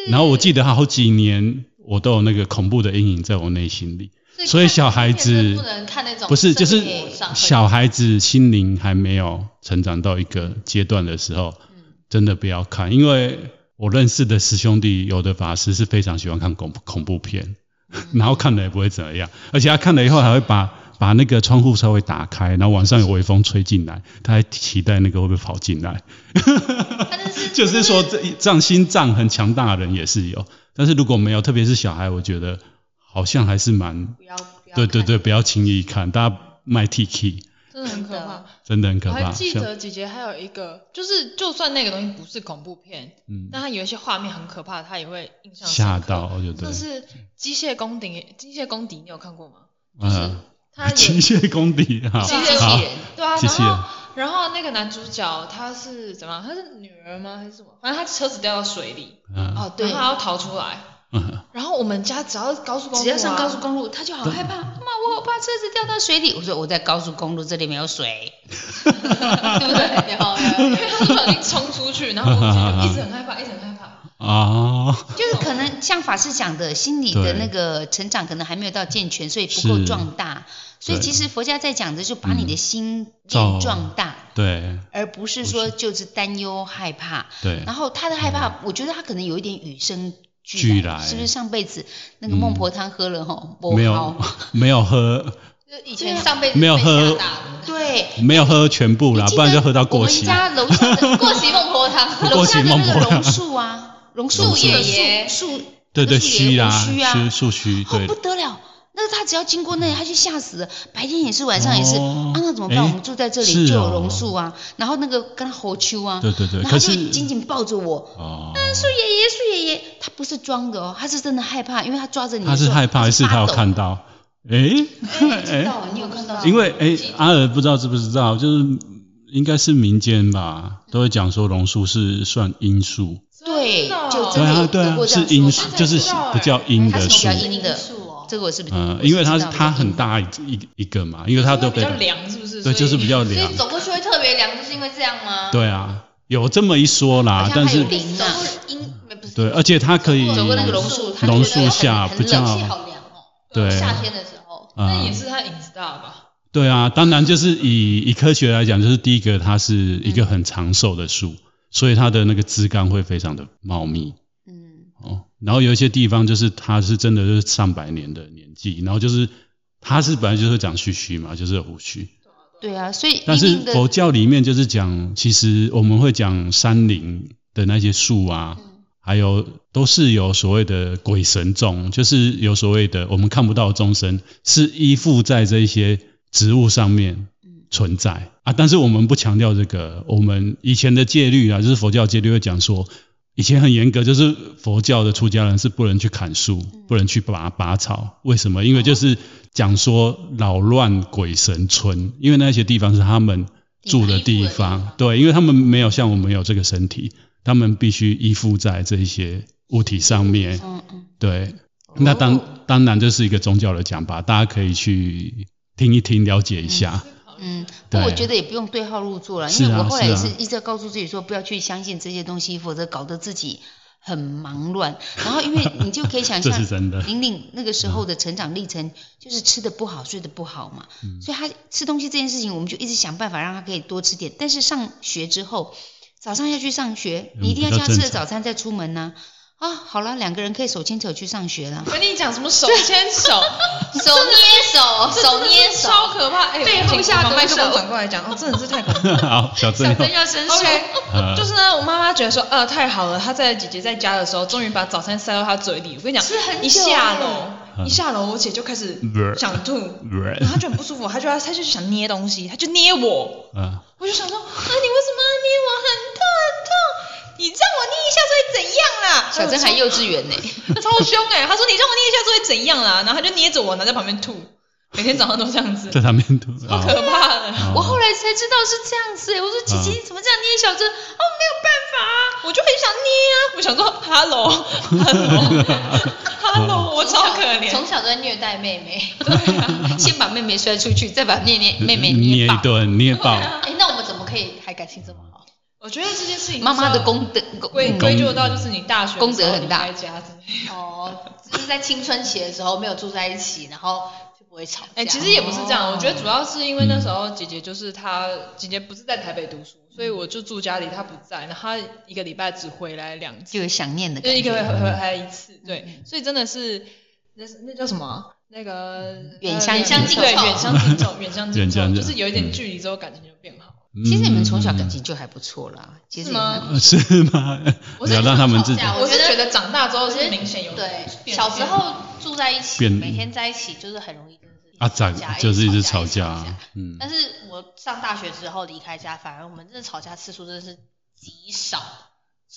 然后我记得好几年我都有那个恐怖的阴影在我内心里。所以小孩子
嗯看片真的不能看那种，
不是，就是
上
小孩子心灵还没有成长到一个阶段的时候，
嗯
真的不要看，因为我认识的师兄弟有的法师是非常喜欢看恐恐怖片，
嗯
然后看了也不会怎么样，而且他看了以后还会把把那个窗户稍微打开，然后晚上有微风吹进来，他还期待那个会不会跑进来。
他就是
就是说，这这样心脏很强大的人也是有，但是如果没有，特别是小孩，我觉得好像还是蛮
不要不要
对对
看
对，不要轻易看，大家卖 T K。
真的很可
真
怕
的。
真的很可
我
怕。
还记
像
得姐姐还有一个，就是就算那个东西不是恐怖片，
嗯
但它有一些画面很可怕，她也会印象深刻
吓到，就对
那，是《机械公敌》，《机械公敌》你有看过吗？
嗯，
它有
机械公敌啊，
机
对
械
好
机器人，
对啊，
机
然
器人
后然后那个男主角他是怎么样？他是女儿吗还是什么？反正他车子掉到水里，
嗯
哦，对
然，后他要逃出来。
哦
嗯，
然后我们家只要是高速公路、啊，
只要上高速公路，他就好害怕。妈，我好怕车子掉到水里。我说我在高速公路，这里没有 水。
对不对？然后然后
因为他不小心冲出去，然后我姐就一直很害怕，一直很害怕。
啊，
就是可能像法师讲的，心理
对
的那个成长可能还没有到健全，所以不够
是
壮大。所以
对
其实佛家在讲的，就把你的心
照
练壮大，
对
而不是说就是担忧害怕。
对，
然后他的害怕，我觉得他可能有一点与生
俱
俱
来
是不是上辈子那个
嗯
孟婆汤喝了吼，不
没有
好
没有喝
就以前上辈子
没有
被
喝
吓大的
对，
没有喝全部啦
你，记
不然就
得
喝到
我
过
们
期。
家楼下的
过期孟婆汤，
过
楼
期
下的
孟
那
婆
个
汤
榕树啊，榕
榕
树
树
爷
爷
爷树，
对对，
那是
虚
野
啦，
胡须啊
虚树虚，
哦
对嗯
不，得了，那他只要经过那里，他就吓死了，白天也是，晚上也是，
哦
啊那怎么
诶
办？我们住在这
是
里就有
哦
榕树啊，然后那个跟他猴丘啊，
对对对
然后
可
他
是
就紧紧抱着我，
哦，
树爷爷，树爷爷，他不是装的哦，他是真的害怕，因为他抓着你的
他
时
是
候，
害怕还是他
发
有
抖
看到？诶，
知
诶，
道啊，你有看到？
因为诶，阿尔不知道知不知道，就是应该是民间吧，都会讲说榕树是算阴树，
对
真的哦
就
对
真的
啊，
有
对啊
有，过这
是
样
阴
说
树
法，
就是不叫阴
欸它是
的
比
树
较，阴的
树哦，
这个我是不，
嗯
我，是
因为它
知
是
道
它
的
很，大一一一个嘛，因为它都
比
被
较凉，是不是？
对，就是比较
所
凉
以，走过去会特别凉，就是因为这样吗？，
对啊，有这么一说啦
好，像
啊但
还有啊
是
灵
走过阴不是
对，而且它可以
走过那个
榕
榕树，他
榕
觉得
树下
很
比较
很冷
气好凉哦，
对
夏天的时候，
啊
那也是他影子大吧？
对啊，当然就是以以科学来讲，就是第一个它是一个很长寿的树，所以它的那个枝干会非常的茂密。
嗯，
哦，然后有一些地方就是它是真的就是上百年的年纪，然后就是它是本来就是长须须嘛，就是有胡须。
对啊，所以
但
一
是
定的
佛教里面就是讲，其实我们会讲山林的那些树啊，
嗯
还有都是有所谓的鬼神众，就是有所谓的我们看不到的众生，是依附在这一些植物上面存在啊。但是我们不强调这个，我们以前的戒律啊，就是佛教戒律会讲说。以前很严格，就是佛教的出家人是不能去砍树，
嗯
不能去拔拔草。为什么？因为就是讲说扰乱鬼神村，因为那些地方是他们住的地
地方
方，对，因为他们没有像我们有这个身体，他们必须依附在这一些物体上面。
嗯嗯，
对，
哦
那当当然这是一个宗教的讲法，大家可以去听一听，了解一下。
嗯，不
对
过我觉得也不用对号入座了，
是
因为
啊
我后来也
是
是
啊
一直在告诉自己说不要去相信这些东西，否则搞得自己很忙乱。然后因为你就可以想
这
象
是真的。嗯
玲玲那个时候的成长历程，就是吃的不好，睡得不好嘛，
嗯
所以她吃东西这件事情，我们就一直想办法让她可以多吃点。但是上学之后，早上要去上学，
嗯
你一定要叫她吃
比较
了
正常
早餐再出门呐、啊。好了，两个人可以手牵手去上学了，
跟你讲什么手牵手，
手捏手，手捏手，
超可怕！哎，
背后下
把麦克
毒手
风转过来讲，哦，真的是太恐 怖 了。
好，小
象
珍
征要伸手。
呃
OK，就是呢，我妈妈觉得说，呃，太好了，她在姐姐在家的时候，终于把早餐塞到她嘴里。我跟你讲，
吃很久
一下
欸
楼，一下楼，我姐就开始
嗯
想吐，
嗯
然后她就很不舒服，她就要她就想捏东西，她就捏我，
嗯，
我就想说，啊，你为什么要捏我？很痛很痛，你让我捏一下是会怎样啦？
小珍还
又
幼稚园呢、
超凶哎、她说你让我捏一下是会怎样啦？然后她就捏着我，然后在旁边吐，每天早上都这样子，
在他面吐，
好可怕的。
哦
我后来才知道是这样子、欸，我说姐姐
嗯
你怎么这样捏小珍？
哦，没有办法啊，我就很想捏啊，我想说，hello，hello，hello，我超可怜。
从小都在虐待妹妹。
嗯先把妹妹摔出去，再把念念妹妹
捏一
爆。
顿，捏爆，
哎，那我们怎么可以还感情这么好？
我觉得这件事情
妈妈的
功
功德功
归
嗯
归咎到就是你大学
功德很大
的时候离开家之类的
哦，就是在青春期的时候没有住在一起，然后就不会吵架。
哎、其实也不是这样，
哦
我觉得主要是因为那时候姐姐就是她，姐姐不是在台北读书，所以我就住家里，她不在，然后她一个礼拜只回来两次，
就有想念的
就
感
一个
觉。
回回来一次，对
嗯，
所以真的是那是那叫什么啊？那个
远香
呃
近
对，
臭
远香近臭，远香近
远
臭，
香
就
近
是有一
嗯
点距离之后感情就变好。
其实你们从小感情就还不错啦，其实也蛮
是
嗯是吗？
我
你
是
要让他们自己
吵架
我是觉得长大之后是明显有
哦对，
变
小时候住在一起，
变
每天在一起就是很容易真的是
啊，
吵
长
架
就是一直吵
架。
架
一直
啊，嗯，
但是我上大学之后离开家，反而我们真的吵架次数真的是极少，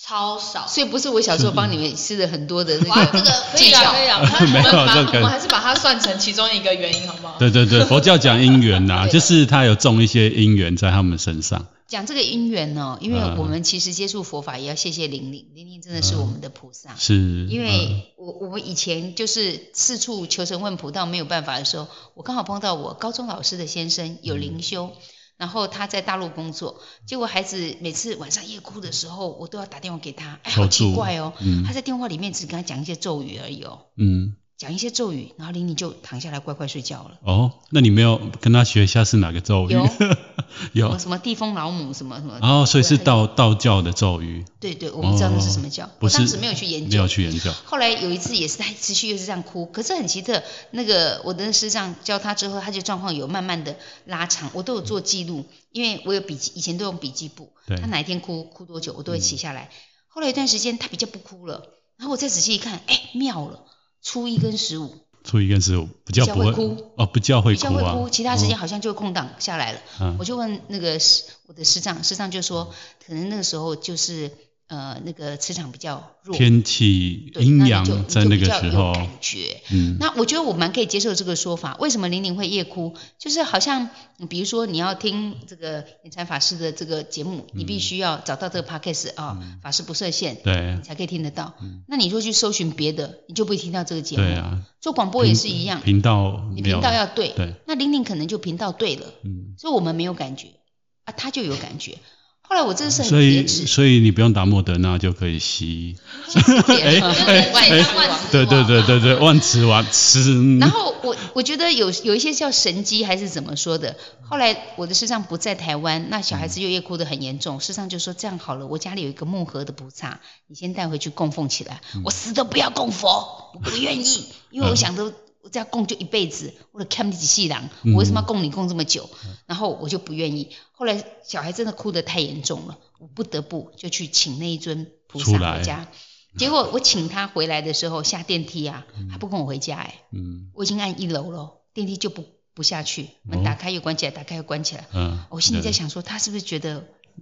超少。
所以不是我小时候帮你们施了很多的
哇，
那
这
个，
个啊
可以 啦，可以啦，我 们
没有啊
我们
这
把
个
我们还是把它算成其中一个原因，好不好？
对对对，佛教讲因 缘呐，
对
就是他有种一些因缘在他们身上，
讲这个因缘哦，因为
嗯
我们其实接触佛法也要谢谢玲玲，玲玲真的是
啊
我们的菩萨。
是呃
因为我我们以前就是四处求神问卜到没有办法的时候，我刚好碰到我高中老师的先生有
嗯
灵修，然后他在大陆工作，结果孩子每次晚上夜哭的时候，我都要打电话给他，哎，好
求助
奇怪哦，
嗯
他在电话里面只跟他讲一些咒语而已哦，
嗯
讲一些咒语，然后玲玲就躺下来乖乖睡觉了。
哦，那你没有跟他学一下是哪个咒语
有？
有
哦，什么地风老母什么什么，
哦，所以是道道教的咒语，
对对，我不知道那是什么教，
哦不
我
是
当时没有去研
没有
究。
去研 究，
后来有一次也是他持续又是这样哭，可是很奇特，那个我的师长教他之后，他就状况有慢慢的拉长，我都有做记录，因为我有笔记，以前都用笔记簿，
对
他哪一天哭哭多久，我都会写下来。后来一段时间他比较不哭了，然后我再仔细一看，哎，妙了，初一跟十五
初一跟十五比较
比较
不
会
会
哭
哦，比较会
比较
哭
会
啊，
哭，其他时间好像就空档下来了。
嗯
我就问那个师我的师长，师长就说，可能那个时候就是呃那个磁场比较弱，
天气
对
阴
那
阳
你就
在那个
你就
时
比较有
候，
感觉。
嗯，
那我觉得我蛮可以接受这个说法。为什么玲玲会夜哭？就是好像，嗯比如说你要听这个演禅法师的这个节目，你必须要找到这个 podcast 啊、法师不设限，
嗯对嗯
你才可以听得到。那你说去搜寻别的，你就不会听到这个节目。
对啊，
做广播也是一样，
频道
嗯你
没有
频道要对。
对，
那玲玲可能就频道对了，
嗯，
所以我们没有感觉啊，她就有感觉。后来我真的是很
所以
铁齿，
所以你不用打莫德纳就可以吸，
铁
哎
齿万
哎
万万
对对对对对，万磁王吃，
然后我我觉得有有一些叫神机还是怎么说的，后来我的师丈不在台湾，那小孩子又夜哭得很严
嗯
重，师丈就说这样好了，我家里有一个木盒的菩萨，你先带回去供奉起来，
嗯
我死都不要供佛，我不愿 意，因为我想着我这样供就一辈子，我看不起细郎，
嗯
我为什么要供你供这么久？然后我就不愿意。后来小孩真的哭得太严重了，我不得不就去请那一尊菩
出
萨
来
回家。结果我请他回来的时候，下电梯啊，他不跟我回家哎、
嗯
我已经按一楼了，电梯就不不下去，门
哦
打开又关起来，打开又关起来。
嗯，
我心里在
对
想说，他是不是觉得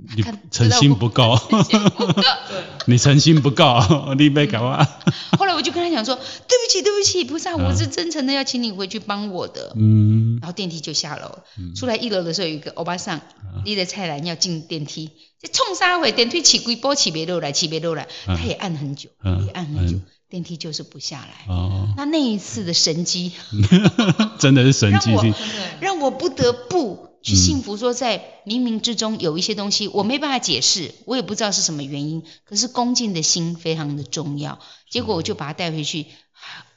他
你
看
诚心不？够，
知道我
对，
你诚心不够，你别 搞啊，
后来我就跟他讲说，对不起，对不起，菩萨，
嗯
我是真诚的要请你回去帮我的。
嗯，
然后电梯就下楼了，出来一楼的时候，有一个欧巴桑
嗯
拎着菜篮要进电梯，就冲杀回电梯起规波起别落来，起别落来，
嗯
他也按很久，
嗯
也按很久
嗯，
电梯就是不下来。
哦，
那那一次的神机，
真的是神
让
经
我
病，
真的
让我不得不
嗯
去幸福说在冥冥之中有一些东西我没办法解释，我也不知道是什么原因，可是恭敬的心非常的重要。结果我就把它带回去，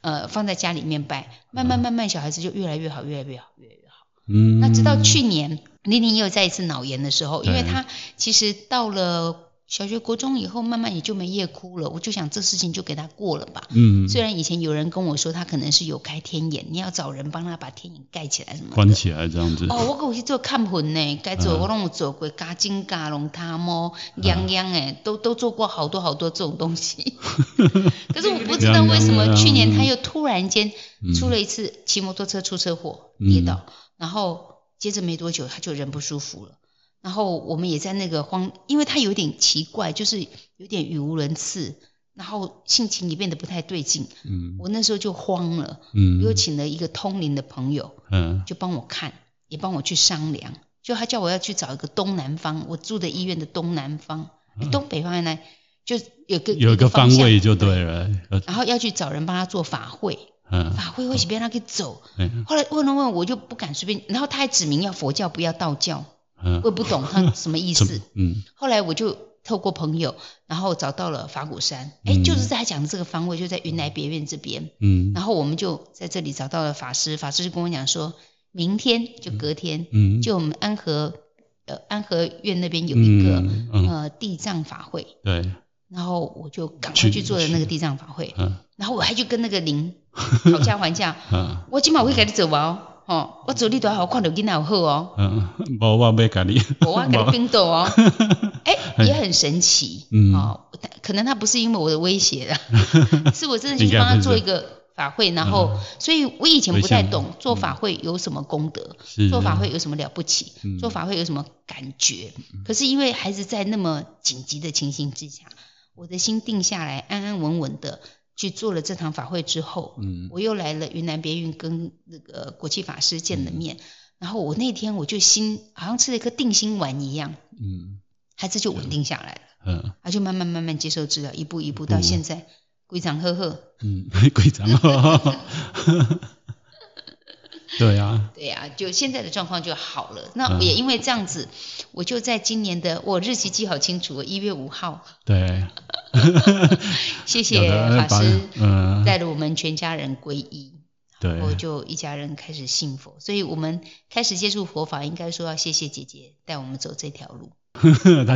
呃，放在家里面拜，慢慢慢慢，小孩子就越来越好，越来越好，越来越好。
嗯，
那直到去年玲玲又再一次脑炎的时候，因为
对
她其实到了小学、国中以后，慢慢也就没夜哭了。我就想这事情就给她过了吧。
嗯，
虽然以前有人跟我说她可能是有开天眼，你要找人帮她把天眼盖起来什么的。
关起来这样子，
哦，我跟有去做看魂呢，该做我拢有做过，嘎金嘎龙他猫羊羊哎，都都做过好多好多这种东西。可是我不知道为什么去年他又突然间
嗯
出了一次骑摩托车出车祸跌倒，然后接着没多久他就人不舒服了。然后我们也在那个慌，因为他有点奇怪，就是有点语无伦次，然后性情也变得不太对劲。
嗯
我那时候就慌了，
嗯，
又请了一个通灵的朋友，
嗯
就帮我看，也帮我去商量。就他叫我要去找一个东南方，我住的医院的东南方，诶东北方呢，就有个
嗯有一个方
向
位就对了，呃
然后要去找人帮他做法会，
嗯
法会会是别让他给走。
嗯
后来问了问，我就不敢随便。然后他还指明要佛教，不要道教，
嗯
我也不懂他什么意
怎
思。
嗯
后来我就透过朋友，然后找到了法鼓山，哎，
嗯
就是在他讲的这个方位，就在云来别院这边。
嗯
然后我们就在这里找到了法师，法师就跟我讲说，明天就隔天，
嗯，
就我们安和呃安和院那边有一个、
嗯嗯
呃地藏法会，
对，
然后我就赶
去
快去做了那
去
个地藏法会，
嗯
然后我还去跟那个灵 讨价还价，
嗯
我今晚会给你走完哦，哦，我走你多好，看到囡仔有好 哦，
嗯，无我要甲你，
我要给你冰斗 哦，哎、也很神奇，
嗯
哦，但可能他不是因为我的威胁 啦，是我真的
应
去
该
帮
不
他
是
做一个法会，然后，所以我以前
回
不太
向
懂做法会有什么功德，
是
做法会有什么了不起？
嗯
做法会有什么感觉？可是因为孩子在那么紧急的情形之下，我的心定下来，安安稳稳的去做了这场法会之后，
嗯
我又来了云南别院，跟那个国际法师见了
嗯
面。然后我那天我就心好像吃了一颗定心丸一样，
嗯
孩子就稳定下来了，
嗯
他就慢慢慢慢接受治疗，一步一步
一
到
步
现在，规长呵呵。
嗯，规章哦，对啊，
对呀、就现在的状况就好了。
嗯
那我也因为这样子，我就在今年的我日期记好清楚，一月五号，
对，
谢
有
谢
的
法
把
师
嗯
带着我们全家人皈依，
对
我就一家人开始信佛，所以我们开始接触佛法，应该说要谢谢姐姐带我们走这条路。
大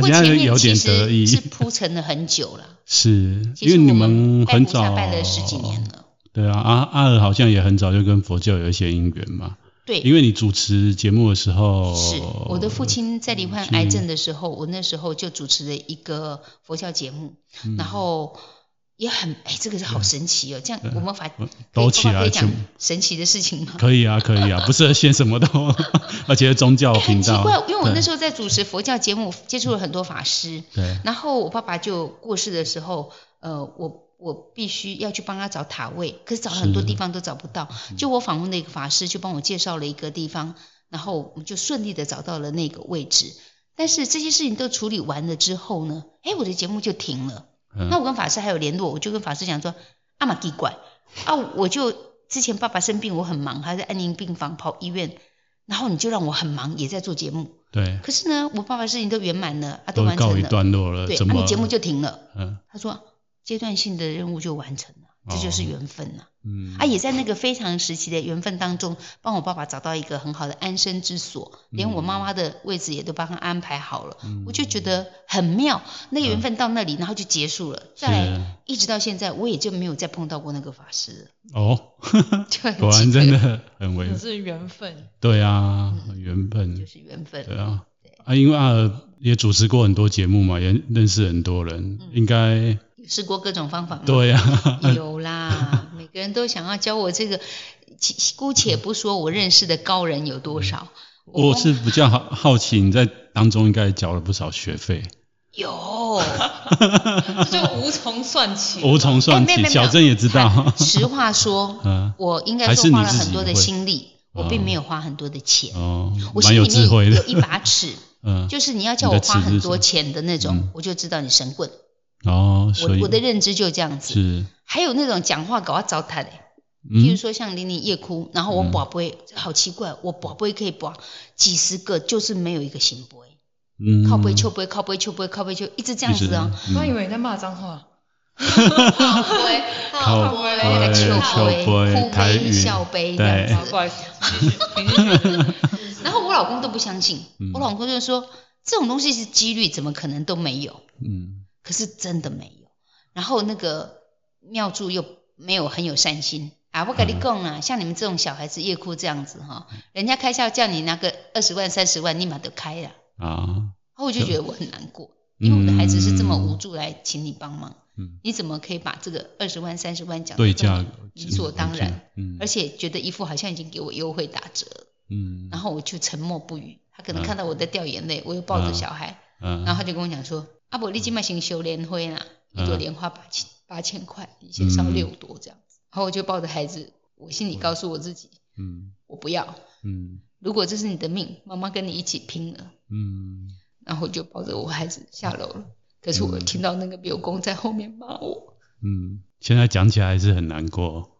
不过
家
前面
有
其
点得
实
意，
是铺陈了很久 了，
是
其
因
实
为你
我们
很
拜菩萨
早
拜了十几年了，
对啊，阿阿尔好像也很早就跟佛教有一些因缘嘛，
对，
因为你主持节目的时候，
是我的父亲在罹患癌症的时候，我那时候就主持了一个佛教节目，
嗯
然后也很哎，这个是好神奇哦！这样我们法可以
抖呃起
爸爸可
来
以讲
全部
神奇的事情吗？
可以啊，可以啊，不是先什么都， 而且是宗教
哎，
频
很奇
道，
怪，因为我那时
候
候在主持佛教节目，接触了很多法师，
对，
然后我爸爸就过世的时候，呃，我。我必须要去帮他找塔位，可是嗯找了很多
是
地方都找不到。就我访问的一个法师，就帮我介绍了一个地方，然后我们就顺利的找到了那个位置。但是这些事情都处理完了之后呢，哎，我的节目就停了。
嗯
那我跟法师还有联络，我就跟法师讲说，阿玛奇怪啊，我就之前爸爸生病，我很忙，还在安宁病房跑医院，然后你就让我很忙，也在做节目。
对，
可是呢，我爸爸事情都圆满了，啊，
都
完
告
成
一
了，
段落了，
对，
怎
啊，
么
你节目就停了。
嗯
他说阶段性的任务就完成了，这就是缘分呐、
嗯
啊。也在那个非常时期的缘分当中，帮我爸爸找到一个很好的安身之所，连我妈妈
嗯
的位置也都帮他安排好了。我就觉得很妙，那个缘分到那里，然后就结束了。再
是
来，一直到现在，我也就没有再碰到过那个法师了，
哦，
就很
果
奇怪
然
嗯
真的很为
只是缘分。
对啊，很缘分
就，是缘分。
对啊，啊，因为阿尔也主持过很多节目嘛，也认识很多人，
嗯
应该
有试过各种方法吗？
对啊，
有啦，每个人都想要教我这个，其姑且不说我认识的高人有多少，
嗯我
哦
是比较好好奇，你在当中应该缴了不少学费，
有。
这就无从算起。
无从
哎，
算
没有
起，
没有，
小郑也知道
实话说，
嗯，
我应该
还是
说
你
花了
自己
很多的
会
心力，我并没有花很多的钱。
哦，
我心
蛮
里
有智慧
面有
的，
一把尺，
嗯，
就是你要叫
你
我
的尺
花
是
很
什
多
么
钱的那种，我就知道你神棍。
哦，
我
所以
我的认知就这样子。
是
还有那种讲话搞我糟蹋的，譬如
嗯
说像零零夜哭，然后我
嗯
宝贝、好奇怪，我宝贝可以拔几十个，就是没有一个行杯，
嗯
靠背、丘背、靠背、丘背、靠背、丘，一直这样子啊。，
一直
我还以为你在骂脏话。
好龟，好
靠
龟，
靠
那
背
个丘
丘
哎杯、
杯
哭
台
杯、
语
笑杯这
对
样
好，
子
不。好意思，继续，请继续。
然后我老公都不相信，
嗯
我老公就说这种东西是几率，怎么可能都没有？
嗯
可是真的没有。然后那个妙祝又没有很有善心啊，我跟你讲啊，像你们这种小孩子夜哭这样子哈，人家开销叫你拿个二十万、三十万，立马都开了。
嗯啊，
然后我就觉得我很难过，
嗯
因为我的孩子是这么无助来请你帮忙，
嗯
你怎么可以把这个二十万、三十万讲得
对
这么
价
理所当然，
嗯，
而且觉得一副好像已经给我优惠打折了，
嗯，
然
后
后我就沉默不语。他可能
嗯
看到我在掉眼泪，我又抱着
嗯
小孩，
嗯，
然后他就跟我讲说：“阿伯，你今麦先修莲花啦，一朵
嗯
莲花八千八千块，你先烧
嗯
六朵这样子。”然后我就抱着孩子，我心里告诉我自己，
嗯
我不要。
嗯
如果这是你的命，妈妈跟你一起拼了。
嗯，
然后我就抱着我孩子下楼了。可是我
嗯
听到那个柳工在后面骂我，
嗯，现在讲起来还是很难过，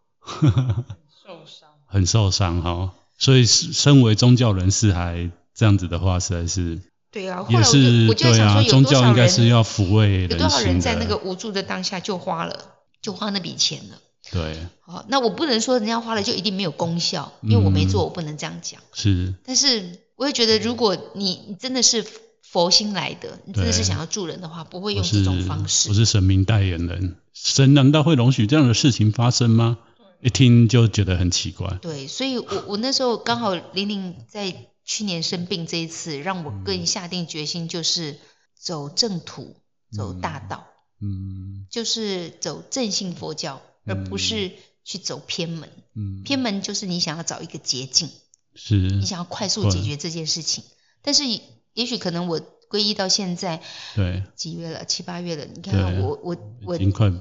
受伤，
很受伤哈、所以是身为宗教人士还这样子的话，实在是
对啊，后来
也
我就是我就在
对
想
啊，
说有
宗
多
教
少
应该
人
是要抚慰
有
人
多少
心啊
人
的，
在那个无助的当下就花了，就花那笔钱了。
对
好，那我不能说人家花了就一定没有功效，因为我没做，
嗯
我不能这样讲。
是
但是我会觉得，如果你你真的是佛心来的，你真的是
对
想要助人的话，不会
我
用
是
这种方式
我。是神明代言人，神难道会容许这样的事情发生吗？一听就觉得很奇怪。
对，所以我我那时候刚好玲玲在去年生病这一次，让我
嗯
更下定决心，就是走正途，走大
嗯
道，
嗯
就是走正信佛教，而不是去走偏门。
嗯，
偏门就是你想要找一个捷径，
是
你想要快速解决这件事情。但是也也许可能我皈依到现在
对，
几月了，七八月了，你看看
对
我我我
已经快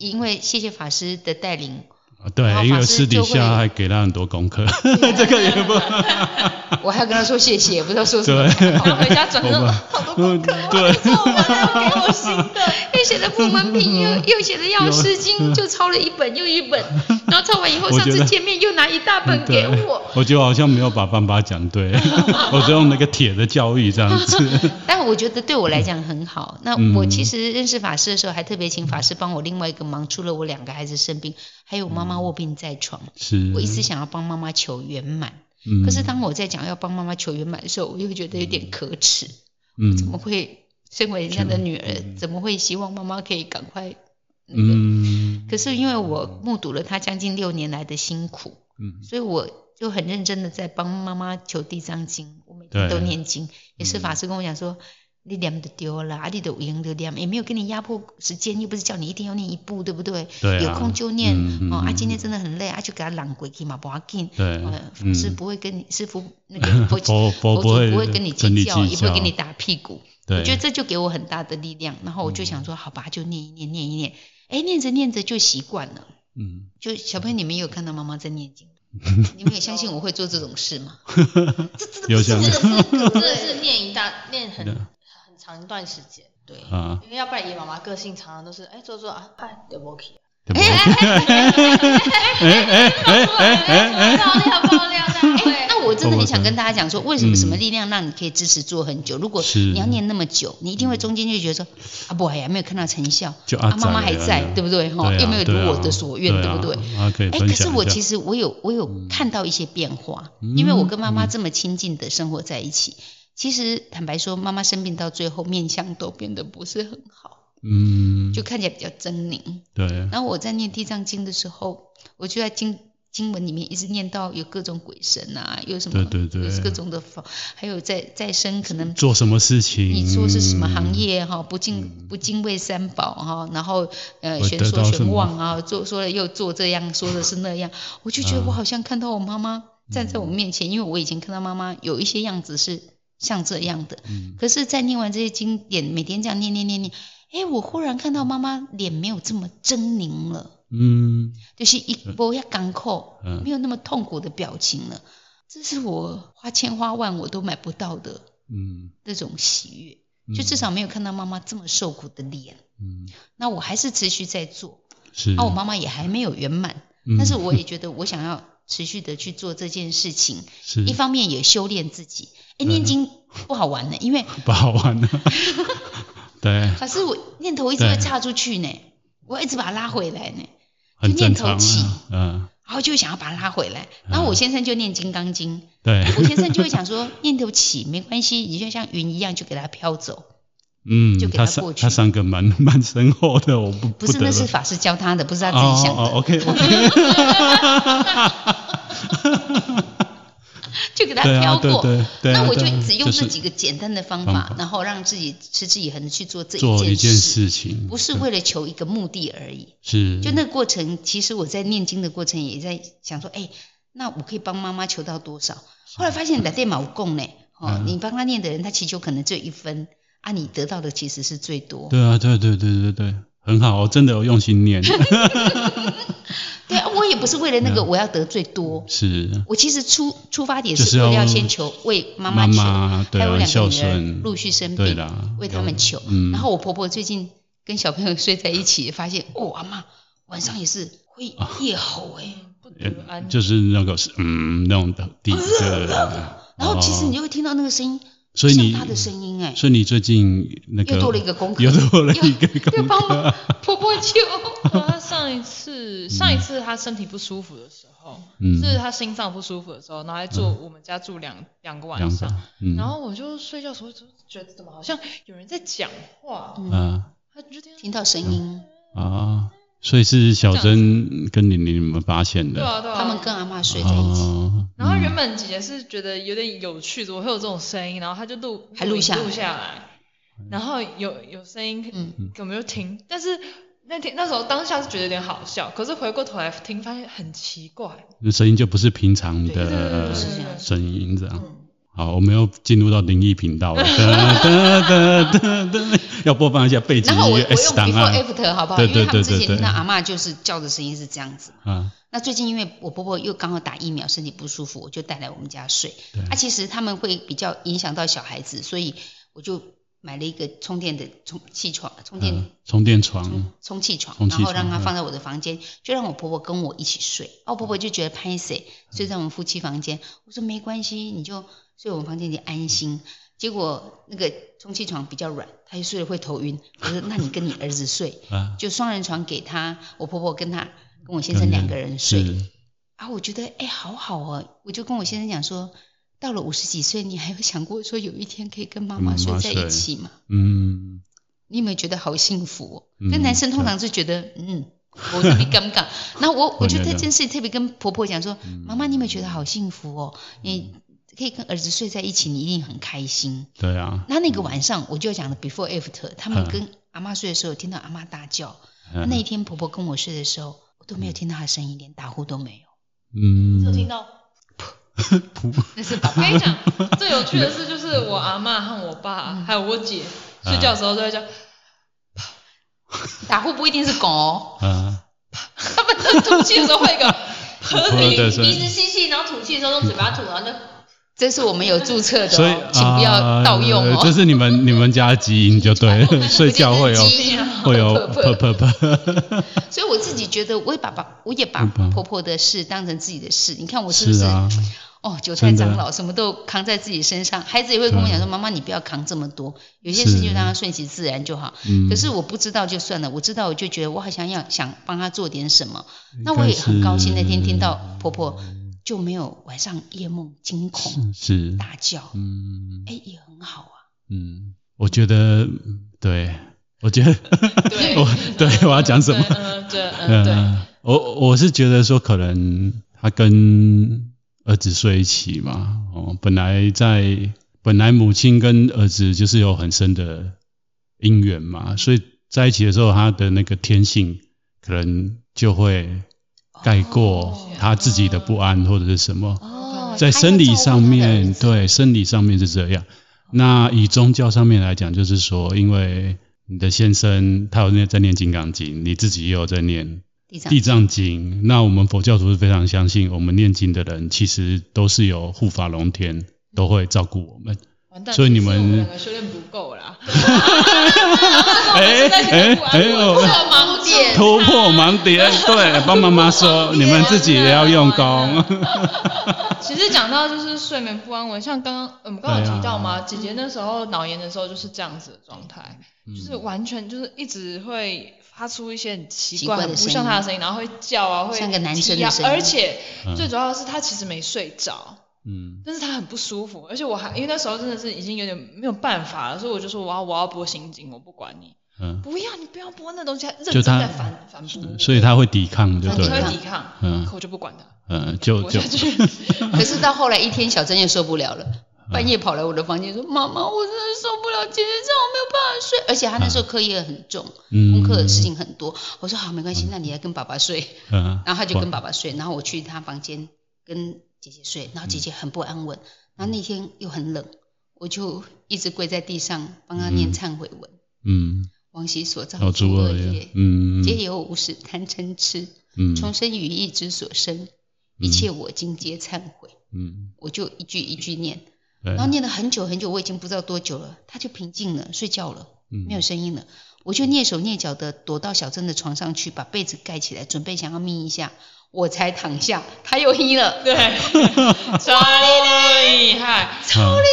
因为谢谢法师的带领，
啊对
然，后
因
法
为
师
私底
就会
下还给他很多功课，
这个也不，我还要跟他说谢 谢，不知道说什么
对
才好。我回家转
好
正，
吧
好多功
嗯
课，
对，
我本来要给我新的，
又写的《普门品》， 又又写的《药师经》，就抄了一本又一本，然后抄完以后，
我
上
觉
次
得嗯
见面又拿一大本给
对
我。，
我觉得我好像没有把爸爸讲 对，我就用那个铁的教育这样子，
但我觉得对我来讲很好。那
嗯
我其实认识法师的时候，还特别请法师帮我另外一个忙，除了我两个孩子生病，还有妈妈卧病在床，
是，
我一直想要帮妈妈求圆满。
嗯，
可是当我在讲要帮妈妈求圆满的时候，我又觉得有点可耻。
嗯
怎么会身为人家的女儿，
嗯
怎么会希望妈妈可以赶快那个？
嗯
可是因为我目睹了她将近六年来的辛苦，
嗯
所以我就很认真的在帮妈妈求地藏经，我每天
对
都念经，也是法师跟我讲说。你念就丢了，啊，你都赢就念，也没有给你压迫时间，又不是叫你一定要念一部，对不对？
对啊
有空就念、
嗯
哦。啊，
嗯
今天真的很累，啊，就给他朗回去嘛，不要紧。
对
呃，
嗯
师不会跟你，师傅那 个佛
佛佛
佛
不
祖
会
不会跟你
跟
计
你
较，
计
也不会给
较
你打屁股。
对嗯
我觉得这就给我很大的力量。然后我就想说，好吧，就念一念，念一念，哎，念着念着就习惯了。
嗯，
就小朋友，你们有看到妈妈在念经？ 你们也相信我会做这种事吗？
有想
真的是真的是念一大念很很长一段时间，
对，
啊，
因为要不然爷妈妈个性常常都是哎做做啊哎
嗯
对不起，
对不
哎
对
哎漂亮漂亮这样
哎那我真的很想
我懂
跟大家讲说，为什么
嗯
什么力量让你可以支持做很久？如果
是
你要念那么久，你一定会中间就觉得说，啊不，哎呀，没有看到成效，
就阿
啊，妈妈
仔
还
了
在，对不对？哈，
对啊
又没有如
对啊
我的所愿，对
啊
不对？
啊，可以
哎，可
分享一
是
下。嗯
我其实我有我有看到一些变化，因为我跟妈妈这么亲近的生活在一起，其实坦白说，妈妈生病到最后面相都变得不是很好，
嗯，
就看起来比较狰狞。
对，
然后我在念地藏经的时候，我就在经经文里面一直念到有各种鬼神啊，有什么
对对对
有各种的法，还有再再生可能
做什么事情？
你说是什么行？业
嗯
哈？不敬不敬畏三宝哈，然后呃
会
玄
得
说
到什
玄
么
望啊，做说了又做这样，说的是那 样，我就觉
啊
得我好像看到我妈
嗯
妈站在我面前，因为我以前看到妈妈有一些样子是像这样的，
嗯
可是，在念完这些经典，每天这样念念念念，哎，我忽然看到妈妈脸没有这么狰狞了。
嗯
就是一波要港口，
嗯
没有那么痛苦的表情了，这是我花千花万我都买不到的
嗯，
那种喜悦。
嗯
就至少没有看到妈妈这么受苦的脸。
嗯
啊那我还是持续在做，
是。
那、我妈妈也还没有圆满，
嗯
但是我也觉得我想要持续的去做这件事情，
是
一方面也修炼自己。
嗯
哎，念经不好玩呢，因为
不 好玩的、对，
可是我念头一直会
对
岔出去
嗯
呢，我要一直把它拉回来呢，
很正
念头
常、
起
啊，嗯，
然后就想要把它拉回来。然后我先生就念《金刚经》，
对，
我先生就会讲说，念头起没关系，你就像云一样，就给它飘走。
嗯
就，给
他
他过
上
去
他上个蛮 蛮深厚的，我不
不是，
得
那
了
是法师教他的，不是他自己
哦
想的。
哦，OK OK，
就给它
对啊
飘
对
过。
对对啊，
那我就
对啊
只用
就是
这几个简单的方
方
法
法，
然后让自己持之以恒的去做这
做一件
件事，
事情，嗯
不是
对
为了求一个目的而已。
是
就那个过程，其实我在念经的过程也在想说，哎，那我可以帮妈妈求到多少？后来发现来电毛供呢，哦
嗯，
你帮他念的人，他祈求可能只有一分，啊，你得到的其实是最多。
对啊，对对对对对，很好，我真的有用心 念，
对啊，我也不是为了那个
嗯
我要得最多，
是
我其实出出发点
就是
是为了
要
要先求为妈妈求，
妈
还
对
有
啊，
两个
孝
女儿
顺，
陆续生
对
病，
啦，
为他们求。
嗯，
然后我婆婆最近跟小朋友睡在一起，发现哦，阿妈晚上也是会夜吼哎、
哦
嗯不得安宁。
就是那个是嗯那种的 地对，
然后其实你
哦
就会听到那个声音，
所以你
像她的声音哎、
所以你最近那个
又多了一个功课，
又多了一个
又
功
帮忙
课，
婆婆救。
然后他上一次，上一次他身体不舒服的时候，
嗯，
是他心脏不舒服的时候，然后还住我们家住两两个晚
两
上
个，，嗯，
然后我就睡觉的时候就觉得怎么好像有人在讲话，
嗯，
啊
他就听
听到声音，
啊，所以是小珍跟你你们发现
对
的，
啊对啊，
他们跟阿妈睡在一起，
哦，
然后原本姐姐是觉得有点有趣，怎么会有这种声音？然后她就录，
还录下来
录下来，
嗯
然后有有声音，
嗯
我们就听。但是那天那时候当下是觉得有点好笑，可是回过头来听，发现很奇 怪。
那声音就不是平常
对对
对对
的
对
是这样
声音这样。
嗯，
好，我们又进入到灵异频 道了，哒哒哒哒，哎要播放一下背景
然后
音
我我
乐
用
S 档
before
案
after 好不好？
对
因为
对
他们
对
之
对
前听到阿
对，
妈就是叫的声音是这样子嘛。
啊，
那最近因为我婆婆又刚好打疫苗，身体不舒服，我就带来我们家睡。
对
啊，其实他们会比较影响到小孩子，所以我就买了一个充电的充气床，充电、
嗯充电床
充，充气床，
充气
然后
床
让她
嗯
放在我的房间，就让我婆婆跟我一起睡。哦，我婆婆就觉得拍谁
嗯
睡在我们夫妻房间，我说没关系，你就睡我们房间，你安心。
嗯
结果那个充气床比较软，她就睡了会头晕。我说那你跟你儿子 睡，
啊，
就双人床给她，我婆婆跟她跟我先生两个人睡。
嗯是
啊，我觉得哎，好好哦，我就跟我先生讲说，到了五十几岁，你还有想过说有一天可以跟妈
跟
妈
妈
睡
妈
在
睡
一起吗？
嗯，
你有没有觉得好幸福、哦？
嗯
跟男生通
对
常是觉得，嗯，我特别尴 尬。那我我就
会那
对
嗯个
这件事特别跟婆婆讲说，妈妈，你有没有觉得好幸福哦？你可以跟儿子睡在一起，你一定很开心。
对啊，
那那个晚上，我就讲了 before after，他们
嗯
跟阿妈睡的时候，听到阿妈大叫。那一
嗯
天婆婆跟我睡的时候，我都没有听到她声音，连打呼都没有。
只有
嗯，
听到
那是爸
我
爸
跟你讲，最有趣的事就是我阿嬷和我爸
嗯
还有我姐睡觉的时候都在叫，
打呼不一定是狗、哦。
啊，
他们在吐气的时候会有一个合
对哦
理
对对
鼻子吸气，然后吐气的时候用嘴巴吐，然后就
这是我们有注册的、哦，
所以
请不要盗用哦。
啊这是你们你们家的基因就 对了，睡觉会
我觉
有
得是基因啊
会有
不
噗
不
噗噗，
所以我自己觉得，我也把爸，我也把
不不
婆婆的事当成自己的事。你看我是不
嗯是
是？
啊，
哦，韭菜
真的
长老什么都扛在自己身上，孩子也会跟我讲说：“妈妈，你不要扛这么多，有些事
是
情就让它顺其自然就好。”
嗯
可是我不知道就算了，我知道我就觉得我好像要想帮他做点什么。
应
那我也
该
很高兴，
是
那天听到婆婆就没有晚上夜梦惊恐
是，
大叫，
嗯
哎、也很好啊。
嗯，我觉得对，我觉得
对
我对我要讲什么？
嗯对嗯对，
呃我我是觉得说，可能他跟儿子睡一起嘛，哦，本来在本来母亲跟儿子就是有很深的姻缘嘛，所以在一起的时候，他的那个天性可能就会盖过他自己的不安或者是什么，
哦，
在
她要
生
照
理
顾
上
她的
面
儿，子
对生理上面是这样。那以宗教上面来讲，就是说，因为你的先生他有念在念《金刚经》，你自己也有在念
地
《
藏
地藏经》。那我们佛教徒是非常相信，我们念经的人其实都
嗯
是有护法龙天，都会照顾我们。
完蛋，
哦
所以你
其实我
们
两个修炼不够啦，
哎哎哎
不
哦，
能盲点，
突破盲点， 对，帮妈妈说，你们自己也要用功。
其实讲到就是睡眠不安稳，像刚刚呃我们刚刚有提到嘛，
对啊
姐姐那时候脑炎的时候就是这样子的状态，
嗯
就是完全就是一直会发出一些很奇怪、
奇怪的
很不
声音
像她的声音，然后会叫啊，会
像个男生的
踢啊
声音
而且
嗯
最主要的是她其实没睡着，
嗯
但是她很不舒服，而且我还因为那时候真的是已经有点没有办法了，所以我就说我要我要播心经，我不管你，
嗯，
不要你不要播那东西，她认
就
真
她
在反反驳我，
所以他会抵抗，就
她
对
她会
了
抵。抗，
嗯
可我就不管她，
嗯，就
我
就
下去。
可是到后来一天，小珍也受不了了，
嗯
半夜跑来我的房间说：“妈妈，我真的受不了，姐姐这样我没有办法睡。”而且她那时候课业很重，
嗯
功课的事情很多。我说：“好，没关系，那你来跟爸爸睡。”
嗯，
然后他就跟爸爸睡，然后我去他房间跟姐姐睡，然后姐姐很不安稳，
嗯
然后那天又很冷，我就一直跪在地上帮她念忏悔文，
嗯，哦
往昔所造
小
诸
猪
恶
儿
业
也，，嗯
皆由无始贪嗔痴，
嗯
重生于意之所生，一切我今皆忏悔。
嗯，
我就一句一句念，
对
然后念了很久很久，我已经不知道多久了，他就平静了，睡觉了，
嗯
没有声音了。我就蹑手蹑脚的躲到小珍的床上去，把被子盖起来，准备想要眯一下，我才躺下，他又眯了。
对，超厉害，
超厉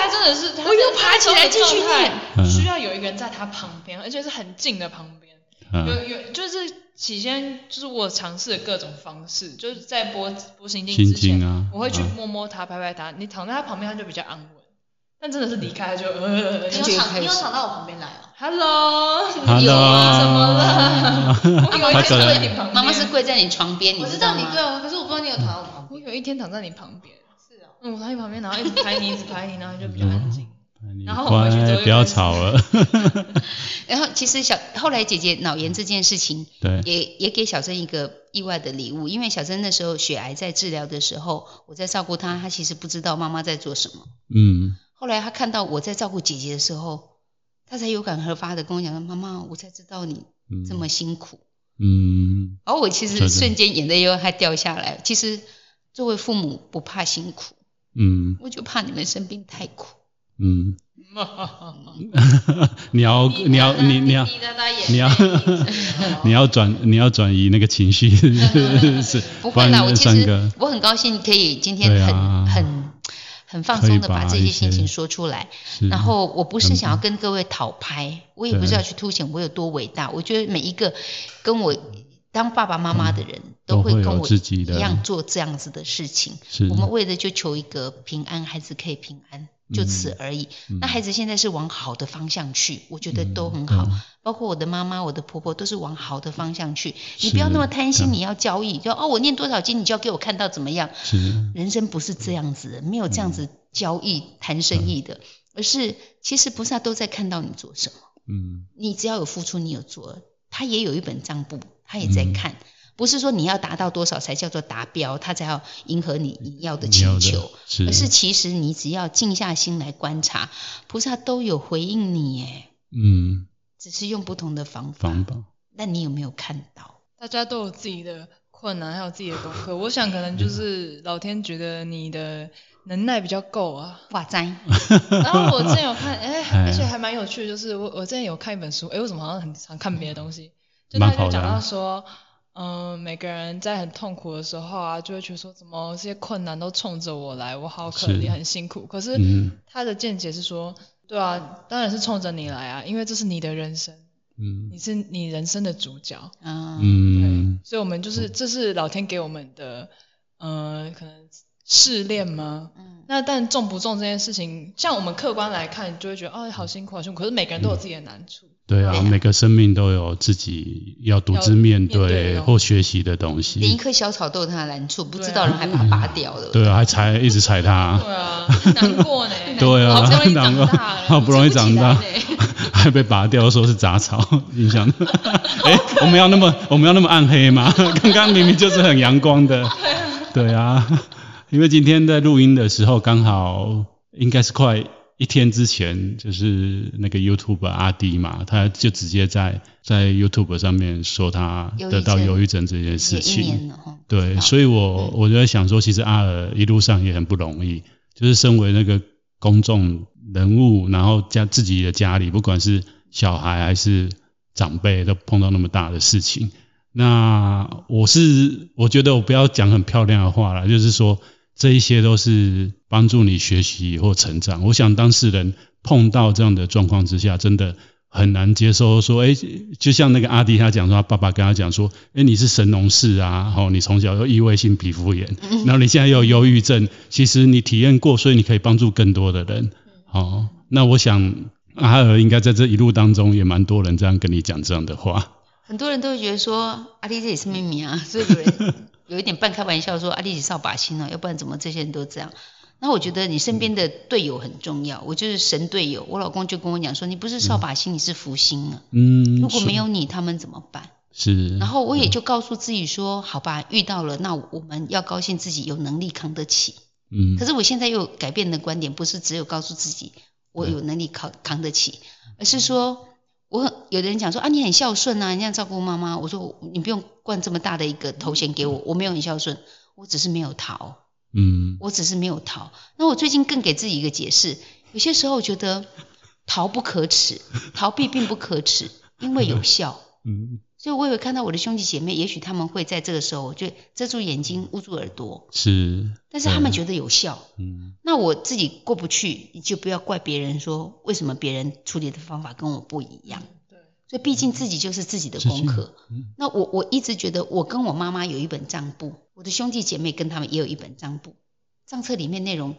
他真的是，他
我又爬起来
这个
继续
状态
念
需要有一个人在他旁边，而且是很近的旁边。
嗯
有有就是起先就是我尝试了各种方式，就是在播播行经
心
之前，
经啊
我会去
嗯
摸摸他，拍拍他。你躺在他旁边，他就比较安稳。但真的是离开他就呃
你
就
有躺，
开
你有
始
躺到我旁边来哦。
，Hello，
啊
，Hello，他可能
我有一天在你旁边，
妈妈是跪在你床边，
我知
知
道你
吗？
对哦，可是我不知道你有躺到我旁
我
边。
有一天躺在你旁边，
是哦，
嗯，我躺在你旁边，然后一直拍你，一直拍你，然后你就比较安静。然后我回去之后
乖，
就
不要
开始
吵了，
然后其实小后来姐姐脑炎这件事情，
对，
也也给小珍一个意外的礼物，因为小珍那时候血癌在治疗的时候，我在照顾她，她其实不知道妈妈在做什么。
嗯
后来他看到我在照顾姐姐的时候，他才有感而发的跟我讲说：“妈妈，我才知道你
嗯，
这么辛苦。
嗯，
然后我其
对
实
对
瞬间眼泪又还掉下来。其实作为父母不怕辛苦，
嗯
我就怕你们生病太苦。
嗯，
嗯
你要你要你你要
滴答答眼
你要 你要转你要转移那个 情绪，是
不
不
会啦，我
然
其
三个
实我很高兴可以今天
对
很、
啊
很很放松的
可以把
把这些心
一些
情说出来。
是
然后我不是
很
想要跟各位讨
嗯
拍，我也不是要去凸显我有多伟大。我觉得每一个跟我当爸爸妈妈的人
都
都会
会有
跟我
自己
一
的
样做这样子的事情。
是
我们为了就求一个平安，孩子可以平安，
嗯
就此而已。那孩子现在是往好的方向去，我觉得都很好。
嗯
包括我的妈妈、我的婆婆都是往好的方向去。你不要那么贪
是嗯
心，你要交易，就哦，我念多少经，你就要给我看到怎么样。
是
人生不是这样子的，没有这样
嗯
子交易、谈生意的，而是其实菩萨都在看到你做什么，
嗯
你只要有付出，你有做，他也有一本账簿，他也
嗯
在看。不是说你要达到多少才叫做达标，他才要迎合你你要的
你要
请
的
求，
是
而是其实你只要静下心来观察，菩萨都有回应你，耶，
嗯
只是用不同的方法。
防保
那你有没有看到？
大家都有自己的困难，还有自己的功课。我想可能就是老天觉得你的能耐比较够啊。
哇 塞，
然后我之前有看，哎、
哎
而且还蛮有趣的，就是我我之前有看一本书，哎、我怎么好像很常看别的东西？就他
蛮好
就
的啊
讲到说，嗯、每个人在很痛苦的时候啊，就会觉得说，怎么这些困难都冲着我来，我好可
是
怜，很辛苦。可是
嗯
他的见解是说，对啊，当然是冲着你来啊，因为这是你的人生，
嗯
你是你人生的主角。
嗯，
嗯
所以我们就是这是老天给我们的，呃，可能试炼吗？
嗯
那但重不重这件事情，像我们客观来看，就会觉得哦，好辛苦，好辛苦。可是每个人都有自己的难处，
对啊，每个生命都有自己要独自面对或学习的东
连一
西，
棵小草都有它的难处，不知
对
道
啊
人还把它拔掉了。
对啊，还踩一直踩它，。
对啊，难过 呢
对啊
好不容易长
难过
大了，
好不容易长大
记不起来呢
还被拔掉，说是杂草影响。哎、我们要那么我们要那么暗黑吗？ 刚刚明明就是很阳光 的。对啊，因为今天在录音的时候，刚好应该是快一天之前，就是那个 YouTube 阿迪嘛，他就直接在在 YouTube 上面说他
忧郁
得到
症
忧郁症这件
也
事
一
情
年。了哈。
对，所
以
以我我就在想说，其实阿尔一路上也很不容易，就是身为那个公众人物，然后家自己的家里，不管是小孩还是长辈，都碰到那么大的事情。那我是我觉得我不要讲很漂亮的话啦，就是说这一些都是帮助你学习或成长。我想当事人碰到这样的状况之下，真的很难接受说，哎、就像那个阿迪他讲说，他爸爸跟他讲说，哎、你是神农氏啊，哦，你从小有异位性皮肤炎，然后你现在又有忧郁症，其实你体验过，所以你可以帮助更多的人。哦，那我想阿尔应该在这一路当中也蛮多人这样跟你讲这样的话。
很多人都会觉得说阿丽这也是秘密啊，所以有人有一点半开玩笑说阿丽只是要把心哦，要不然怎么这些人都这样？那我觉得你身边的队友很重要，我就是神队友。我老公就跟我讲说，你不是扫把星，你是福星啊。
嗯，
如果没有你，他们怎么办？
是，
然后我也就告诉自己说，好吧，遇到了，那我们要高兴自己有能力扛得起。
嗯
可是我现在又改变的观点，不是只有告诉自己我有能力扛扛得起，而是说我很有的人讲说啊，你很孝顺啊，你这样照顾妈妈。我说你不用冠这么大的一个头衔给我，我没有很孝顺，我只是没有逃，
嗯
我只是没有逃。那我最近更给自己一个解释，有些时候觉得逃不可耻，逃避并不可耻，因为有效。
嗯，
所以我有看到我的兄弟姐妹，也许他们会在这个时候，我就遮住眼睛，捂住耳朵，
是，
但是他们觉得有效。
嗯
那我自己过不去，你就不要怪别人说为什么别人处理的方法跟我不一样。
对，
所以毕竟自己就是自己的功课。
嗯
那我我一直觉得我跟我妈妈有一本账簿，我的兄弟姐妹跟他们也有一本账簿，账册里面内容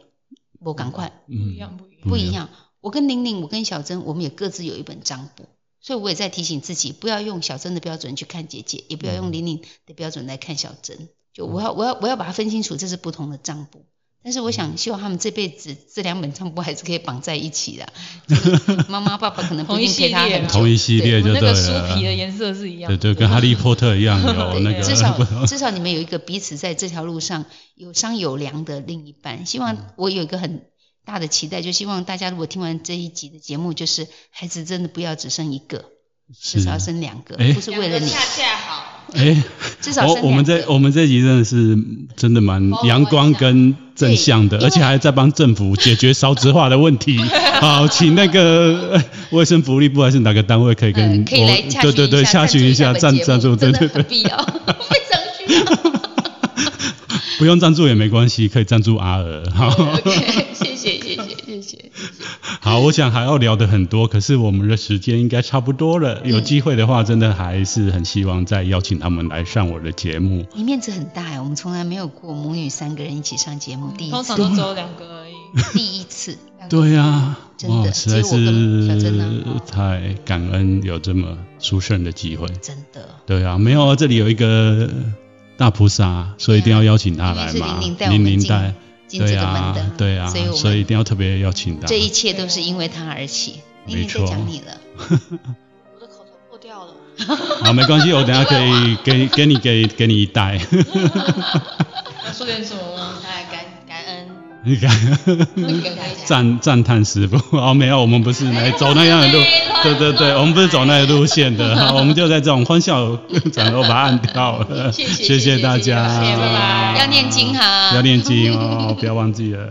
我赶快
不
嗯，
一样，不一样。
不一样。我跟玲玲，我跟小珍，我们也各自有一本账簿，所以我也在提醒自己，不要用小珍的标准去看姐姐，也不要用玲玲的标准来看小珍。就我要我要我要把它分清楚，这是不同的账簿。但是我想，希望他们这辈子这两本账簿还是可以绑在一起的。就是妈妈爸爸可能不一定陪他很久，
同一系列
对
啊就
我
对
们那个书皮的
了，啊
颜色是一样
对
的。
对，跟哈利波特一样有
对
哦那个，
至 少至少你们有一个彼此在这条路上有商有量的另一半。希
嗯
望我有一个很大的期待，就希望大家如果听完这一集的节目，就是孩子真的不要只生一个，至
是
少要生两个，
哎
不是为了你，
恰恰好，
哎，
至少生
我我
两
们
个
这我们这集真的是真的蛮阳光跟正向的，
对因为
而且还在帮政府解决少子化的问题。 好，请那个 呃卫生福利部还是哪个单位可以跟
呃
我
可以来洽询
对对对洽询
一
下
本
赞
节目
赞助，
真
对
的
对
很
对，
必要，非常需要。
不用赞助也没关系，可以赞助阿 尔。好，
OK，谢谢谢谢谢谢。
好，我想还要聊的很多，可是我们的时间应该差不多了。有机会的话，真的还是很希望再邀请他们来上我的节目。
你面子很大哎，我们从来没有过母女三个人一起上节目，第一
通
次
常都只有两个 而已。
第一次。
对呀、
真的
哇，实在
只有我跟小珍
是
啊
太感恩有这么殊胜的机会。
真的，
对啊，没有啊，这里有一个大菩萨，所以一定要邀请他来嘛。
因为是玲玲带我们进
带，
进这
对
个门
啊
的，，
对啊，
所以我们
所以一定要特别邀请他。
这一切都是因为他而起。那
没
天在
错
讲你了，
我的口罩破掉了。
好，没关系，我等下可以给 给你给给你一袋。
要说点什么吗？
哎，感感恩，
你看，
感恩一下。
赞赞叹师傅哦，没有，我们不是来走那样的路， 对对对，我们不是走那个路线的， 好我们就在这种欢笑场合把它按掉了。
谢谢
谢
谢谢
大
谢谢
家，
拜拜要念经哈
要念经哦，不要忘记了。